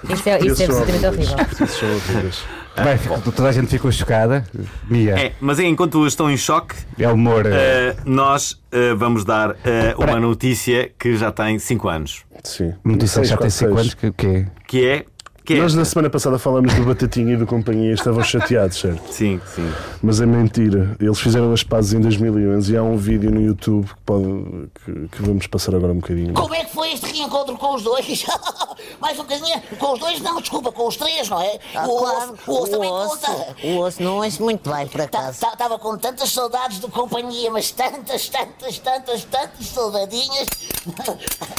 S4: Isso é, isso é absolutamente horrível.
S3: Isso são horríveis.
S2: Bem, fica- toda a gente ficou chocada. Mia, é,
S1: É, mas enquanto estão em choque,
S2: o humor. é-
S1: eh, nós eh, vamos dar eh, uma notícia que já tem 5 anos.
S3: Sim.
S2: Notícia que já tem
S3: Seis,
S2: 5
S3: quatro,
S2: anos que, que é.
S1: Que é. Que é
S3: Nós na semana passada falámos do Batatinha e do Companhia e estavam chateados, certo?
S1: Sim, sim.
S3: Mas é mentira. Eles fizeram as pazes em 2011 e há um vídeo no YouTube que, pode- que- que vamos passar agora um bocadinho.
S9: Como é que foi este reencontro com os dois? *laughs* Mais um bocadinho? Com os dois, não, desculpa, com os três, não é? o, osso, o osso também conta.
S10: o Ah, osso não enche muito bem, por acaso.
S9: Estava com tantas saudades de companhia, mas tantas, tantas, tantas, tantas saudadinhas. *laughs*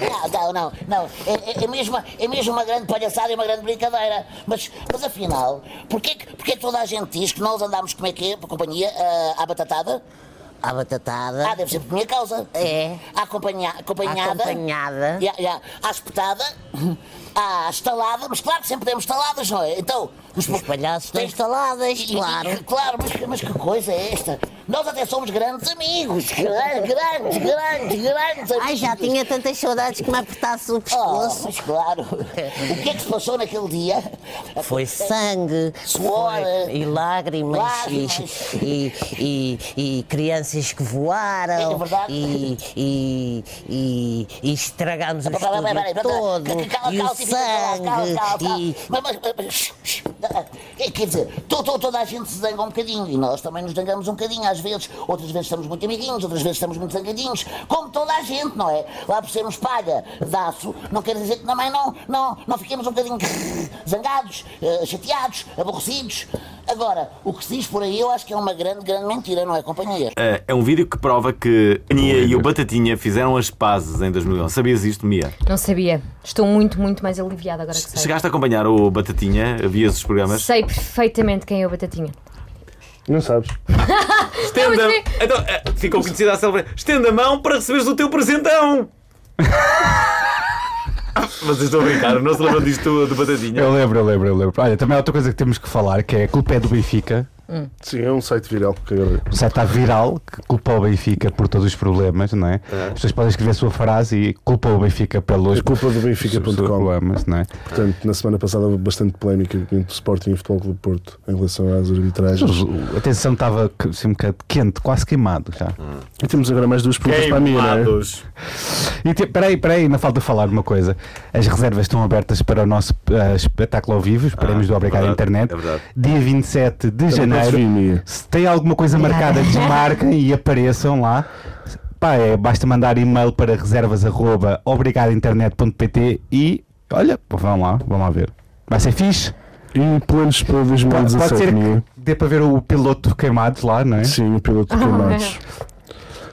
S9: Não, não, não, não. É, é- é mesmo, é mesmo uma grande palhaçada e uma grande brincadeira. Mas, mas afinal, porquê, que- porquê que toda a gente diz que nós andámos, como é que é, por companhia, ah, à batatada?
S10: A batatada.
S9: Ah, deve ser por minha causa.
S10: É.
S9: À acompanha, acompanhada.
S10: Acompanhada.
S9: Ya, ya. À espetada. À estalada. Mas claro que sempre temos estaladas, não é? Então.
S10: Os palhaços têm estaladas,
S9: E- e-
S10: claro.
S9: Claro, mas, mas que coisa é esta? Nós até somos grandes amigos. Grandes, grandes, grandes, grandes amigos.
S10: Ai, já tinha tantas saudades que me apertasse o
S9: Oh,
S10: pescoço.
S9: mas claro. O que é que se passou naquele dia?
S10: Foi sangue,
S9: Suor,
S10: foi- e lágrimas,
S9: lágrimas.
S10: E, e, e- e crianças que voaram,
S9: É verdade.
S10: e, e, e, e estragámos o
S9: Peraí, peraí, peraí,
S10: estúdio todo,
S9: peraí. Calma,
S10: e o
S9: calma, calma, calma, calma.
S10: sangue, e
S9: Mas, mas, mas, shh, shh. É, quer dizer, to- to- toda a gente se zanga um bocadinho e nós também nos zangamos um bocadinho às vezes. Outras vezes estamos muito amiguinhos, outras vezes estamos muito zangadinhos. Como toda a gente, não é? Lá por sermos palha, daço, não quer dizer que *laughs* também não, não, não fiquemos um bocadinho zangados, eh, chateados, aborrecidos. Agora, o que se diz por aí eu acho que é uma grande, grande mentira, não é, companhia?
S1: Ah, É um vídeo que prova que a Mia e o Batatinha fizeram as pazes em 2011. Sabias isto, Mia?
S4: Não sabia. Estou muito, muito mais aliviada agora que sei.
S1: Chegaste a acompanhar o Batatinha? Vias os programas?
S4: Sei perfeitamente quem é o Batatinha.
S3: Não sabes.
S1: Estenda. Então, eh, ficou conhecida a célebre. Estenda a mão para receberes o teu *laughs* presentão. Vocês estão a brincar, não se lembram disto do Batatinha?
S2: Eu lembro, eu lembro, eu lembro. Olha, também há outra coisa que temos que falar, que é a culpa é do Benfica.
S3: Sim, é um site viral. que eu-
S2: O site está viral, que culpa o Benfica por todos os problemas, não é? As pessoas podem escrever a sua frase e culpa o Benfica pelos
S3: É culpa do
S2: pelos seus
S3: Benfica.com.
S2: problemas, não é?
S3: Portanto, na semana passada houve bastante polémica entre o Sporting e o Futebol Clube do Porto em relação às
S2: Mas
S3: arbitragens.
S2: o- A tensão estava assim, um bocado quente, quase queimado já.
S3: E temos agora mais duas perguntas para a minha, não é?
S1: Queimados.
S2: E te- peraí, peraí, ainda falta falar uma coisa. As reservas estão abertas para o nosso eh, espetáculo ao vivo, os prémios do Obrigado à
S1: verdade,
S2: Internet.
S1: é verdade.
S2: dia 27 de
S3: posso vir,
S2: janeiro.
S3: Mia.
S2: Se tem alguma coisa marcada, desmarquem e apareçam lá. Pá, é, basta mandar e-mail para reservas.obrigadointernet.pt e olha, pô, vão lá, vão lá ver. Vai ser fixe.
S3: E planos para
S2: Pode, pode
S3: 2017,
S2: ser
S3: Mia?
S2: que dê para ver o piloto queimados lá, não é?
S3: Sim, o piloto
S4: Ah,
S3: de queimados.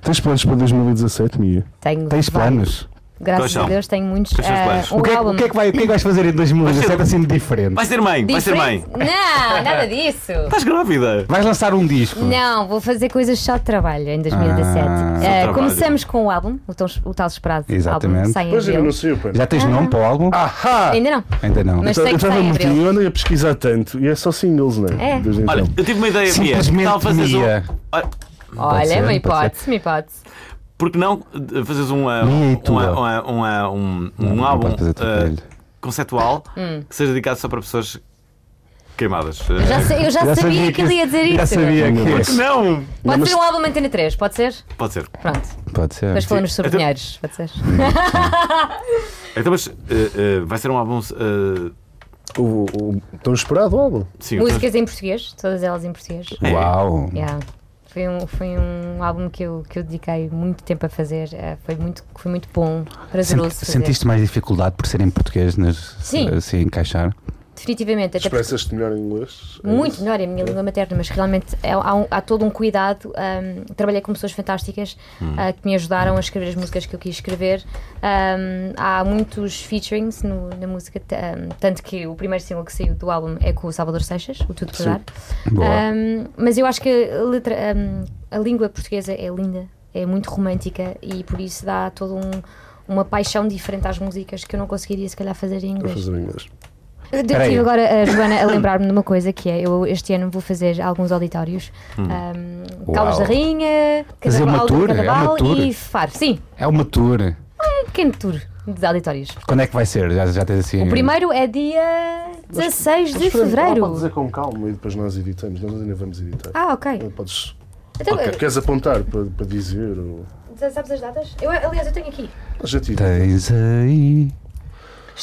S3: Tens planos para 2017, Mia?
S4: Tenho
S2: Tens
S4: vários.
S2: planos?
S1: Quais
S4: Graças
S1: são?
S4: a Deus tenho muitos.
S1: Quais são os
S4: ah,
S1: planos?
S4: um
S2: O que, é, que-
S4: álbum.
S2: o que é que vai, o que é que vais fazer em 2017 assim de diferente?
S1: Vai ser mãe, vai ser mãe.
S4: Diferente? Não, nada disso.
S1: Estás grávida?
S2: Vais lançar um disco?
S4: Não, vou fazer coisas só de trabalho em 2017.
S2: Ah,
S4: Ah,
S1: de trabalho.
S4: começamos com o álbum, o, tão- o tal esperado
S2: Exatamente.
S4: álbum, sai em
S3: Pois eu
S4: abril.
S3: não sei o plano.
S2: Já tens nome para o álbum?
S1: Ah.
S3: Ahá! Então,
S4: Ainda não.
S2: Ainda não.
S4: Mas
S3: Eu
S4: sei que
S3: estava
S4: sai em
S3: metido,
S4: abril.
S3: eu andei a pesquisar tanto e é só singles, não é?
S4: É.
S3: Desde
S1: Olha,
S3: então.
S1: eu tive uma ideia, Mia.
S2: Simplesmente
S1: Tal fazes um-
S2: Mia.
S1: Olha,
S2: Pode ser,
S4: Olha, uma
S2: pode
S4: hipótese, uma hipótese.
S1: Porque não eh, fazes um, eh,
S2: Mia e
S1: um,
S2: tua.
S1: eh, um, eh, um, um,
S2: não
S1: álbum
S2: posso fazer tudo
S1: eh,
S2: para ele.
S1: conceptual que seja dedicado só para pessoas queimadas. Eh,
S4: Já sei- eu já, sabia, que ele ia dizer
S2: já
S4: isso.
S2: sabia
S3: é
S1: porque
S2: que
S1: Não!
S4: Pode ser um álbum Antena 3, pode ser?
S1: Pode ser.
S4: Pronto.
S2: Pode ser.
S4: Depois falamos sobre
S1: Então-
S4: dinheiros, pode ser?
S1: Então, mas eh, eh, vai ser um álbum. eh,
S3: O, o, tão esperado o
S4: É
S3: álbum.
S1: sim,
S4: Músicas em português, todas elas em português.
S2: Uau!
S4: Yeah. Foi, um, foi um álbum que eu, que eu dediquei muito tempo a fazer. eh, Foi muito, foi muito bom, prazeroso.
S2: Sent-
S4: fazer.
S2: Sentiste mais dificuldade por ser em português nas,
S4: Sim.
S2: assim encaixar?
S4: Definitivamente, até porque
S3: Expressas-te melhor em inglês? É
S4: muito
S3: isso?
S4: melhor é a minha língua materna, mas realmente é- há, um- há todo um cuidado. ahm, trabalhei com pessoas fantásticas ah, que me ajudaram a escrever as músicas que eu quis escrever. Ahm, há muitos featurings no- na música, t- ahm, tanto que o primeiro single que saiu do álbum é com o Salvador Seixas, o Tudo Por Dar.
S2: Boa.
S4: Ahm, mas eu acho que a, letra- ahm, a língua portuguesa é linda, é muito romântica e por isso dá toda um- uma paixão diferente às músicas que eu não conseguiria, se calhar, fazer em
S3: Vou
S4: inglês.
S3: fazer em inglês.
S4: Eu
S2: Peraí.
S4: tive agora a Joana a lembrar-me de uma coisa que é: eu este ano vou fazer alguns auditórios, um, Caldas
S2: Hum. Uau.
S4: da Rainha,
S2: Fazer uma
S4: Cadaval,
S2: tour? É uma
S4: Cadaval
S2: tour?
S4: e Faro. Sim,
S2: É uma tour.
S4: um pequeno tour de auditórios.
S2: Quando é que vai ser? Já, já tens assim.
S4: O primeiro é dia 16 de
S3: Pode
S4: fevereiro.
S3: dizer com calma e depois nós editamos. Nós ainda vamos editar.
S4: Ah, ok.
S3: Podes...
S4: Então,
S3: É Queres apontar para, para dizer? Ou... Tá
S4: eh, sabes as datas? Eu, aliás, eu tenho aqui.
S3: Nós já te
S2: Tens aí.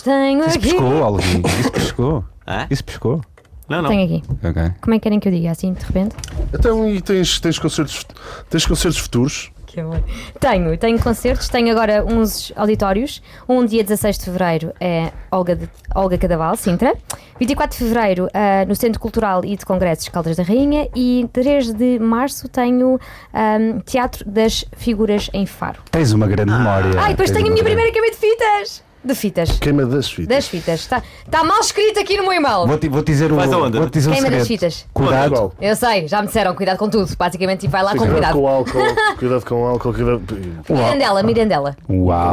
S4: Tenho
S2: Isso
S4: aqui.
S2: pescou, alguém. Isso pescou.
S1: Hã?
S2: Isso pescou.
S1: então, Não, não.
S4: Tenho aqui.
S2: Ok.
S4: Como é que querem que eu diga assim de repente?
S3: Então, e tens, tens, concertos, tens concertos futuros?
S4: Que amor. Tenho, tenho concertos, tenho agora uns auditórios. Um dia 16 de Fevereiro é Olga, de- Olga Cadaval, Sintra. 24 de Fevereiro ah, no Centro Cultural e de Congressos Caldas da Rainha. E 3 de Março tenho ahm, Teatro das Figuras em Faro.
S2: Tens uma grande memória.
S4: Ah, e depois
S2: Tens
S4: tenho a
S2: uma
S4: minha
S2: grande-
S4: primeira cama de fitas. De fitas.
S3: Queima das fitas.
S4: Das fitas. Está tá mal escrito aqui no meu e-mail.
S2: Vou-te vou dizer o.
S1: Vais aonde?
S2: Vou dizer o
S4: Queima das
S2: segredo.
S4: fitas.
S2: Cuidado.
S3: Igual.
S4: Eu sei, já me disseram, cuidado com tudo. Basicamente, tipo, vai lá com
S3: Cuidado com
S4: cuidado.
S3: o álcool. Cuidado com o álcool. Cuidado...
S4: Mirandela, Mirandela.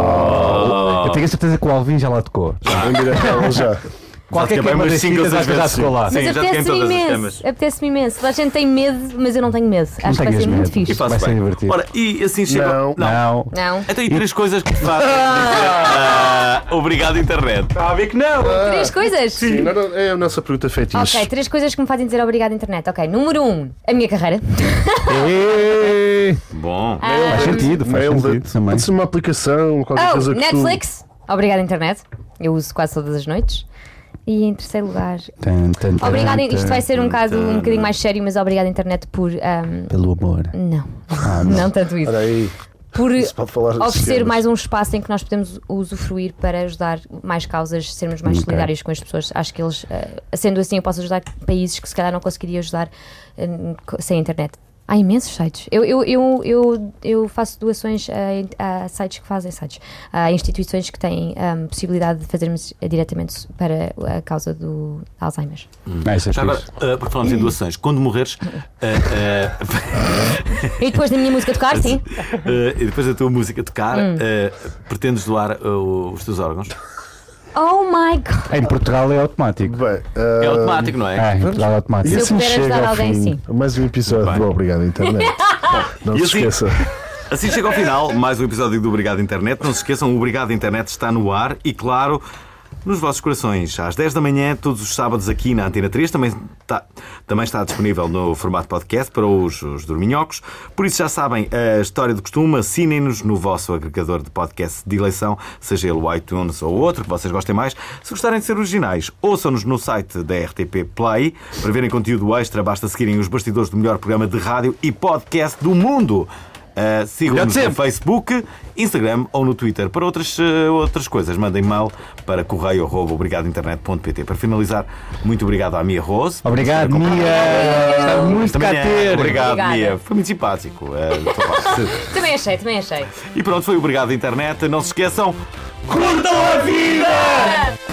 S2: Uau! Eu tenho a certeza que o Alvin já lá tocou.
S3: Vem direto a ela já.
S2: Qualquer
S1: toquei
S2: queima
S1: umas
S2: das
S1: cinco ou
S2: fitas acho que
S1: seis
S2: já
S1: vezes,
S2: tocou lá.
S1: sim.
S4: Mas
S1: já toquei em
S4: apetece-me
S1: todas as
S4: imenso.
S1: camas.
S4: Apetece-me imenso. Toda a gente tem medo, mas eu não tenho medo. Acho que vai
S2: tenhas
S4: ser
S2: medo.
S4: muito
S1: E
S4: fixe.
S1: faço
S2: Vai ser
S1: bem.
S2: divertido.
S1: Ora, e assim chega.
S3: Não.
S2: Não.
S4: Não.
S1: Então, e três coisas que te fazem dizer, ah, obrigado, internet. Está a ver que não.
S4: Três
S3: *laughs*
S4: coisas?
S3: Sim, não, não, é a nossa pergunta fetiche.
S4: Ok, três coisas que me fazem dizer obrigado à internet. Ok, número um, a minha carreira. *laughs*
S2: Ê,
S1: Bom,
S4: Ah.
S2: Faz sentido, faz
S3: Mail
S2: sentido
S3: de-
S2: também.
S3: Pode ser uma aplicação, qualquer
S4: Oh,
S3: coisa que tu-
S4: Netflix. Obrigado à internet. Eu uso quase todas as noites. E em terceiro lugar,
S2: Tan, tan, tan,
S4: obrigado.
S2: tan,
S4: Isto vai ser um bocado um bocadinho mais sério, mas obrigado à internet por. ahm,
S2: Pelo amor.
S4: *laughs* não. não tanto isso.
S3: Espera aí.
S4: por
S3: Isso para falar de
S4: oferecer
S3: cenas.
S4: mais um espaço em que nós podemos usufruir para ajudar mais causas, sermos mais
S3: Ok.
S4: solidários com as pessoas. Acho que eles, eh, sendo assim, eu posso ajudar países que se calhar não conseguiria ajudar eh, co- sem a internet. Há imensos sites. Eu, eu, eu, eu, eu faço doações a, a sites que fazem sites, a instituições que têm ahm, possibilidade de fazermos eh, diretamente para a causa do Alzheimer.
S2: é
S1: Já agora, ah, porque falamos em doações, quando morreres, ah, ah, *laughs*
S4: E depois da minha música
S3: *laughs*
S4: tocar, sim.
S1: ah, e depois da tua música tocar,
S4: Hum.
S1: ah, pretendes doar ah, os teus órgãos?
S4: Oh my god!
S2: Em Portugal é automático.
S1: É automático, não é?
S2: É, em Portugal é automático.
S3: E assim chega ao fim. Mais um episódio do Obrigado *laughs* Internet. Não
S1: E
S3: se
S1: assim-
S3: esqueça.
S1: Assim chega ao final mais um episódio do Obrigado Internet. Não se esqueçam, o Obrigado Internet está no ar e, claro, nos vossos corações. Às 10 da manhã, todos os sábados aqui na Antena 3. Também está, também está disponível no formato podcast para os, os dorminhocos. Por isso já sabem, a história do costume, assinem-nos no vosso agregador de podcast de eleição, seja ele o iTunes ou outro que vocês gostem mais. Se gostarem de ser originais, ouçam-nos no site da RTP Play. Para verem conteúdo extra, basta seguirem os bastidores do melhor programa de rádio e podcast do mundo. Uh, Sigam-nos no Facebook, Instagram ou no Twitter. Para outras, uh, outras coisas, mandem mail para correio.obrigadointernet.pt. Para finalizar, muito obrigado à Mia Rose. é
S2: Obrigado,
S1: Por nos ter
S2: Mia.
S1: acompanhado
S2: Está muito
S1: esta
S2: cá
S1: manhã.
S2: ter.
S1: é. Obrigado,
S4: Obrigada.
S1: Mia. Foi muito simpático. uh, falar.
S4: Também achei, também achei.
S1: e pronto, foi obrigado, internet. Não se esqueçam.
S6: Curtam a vida!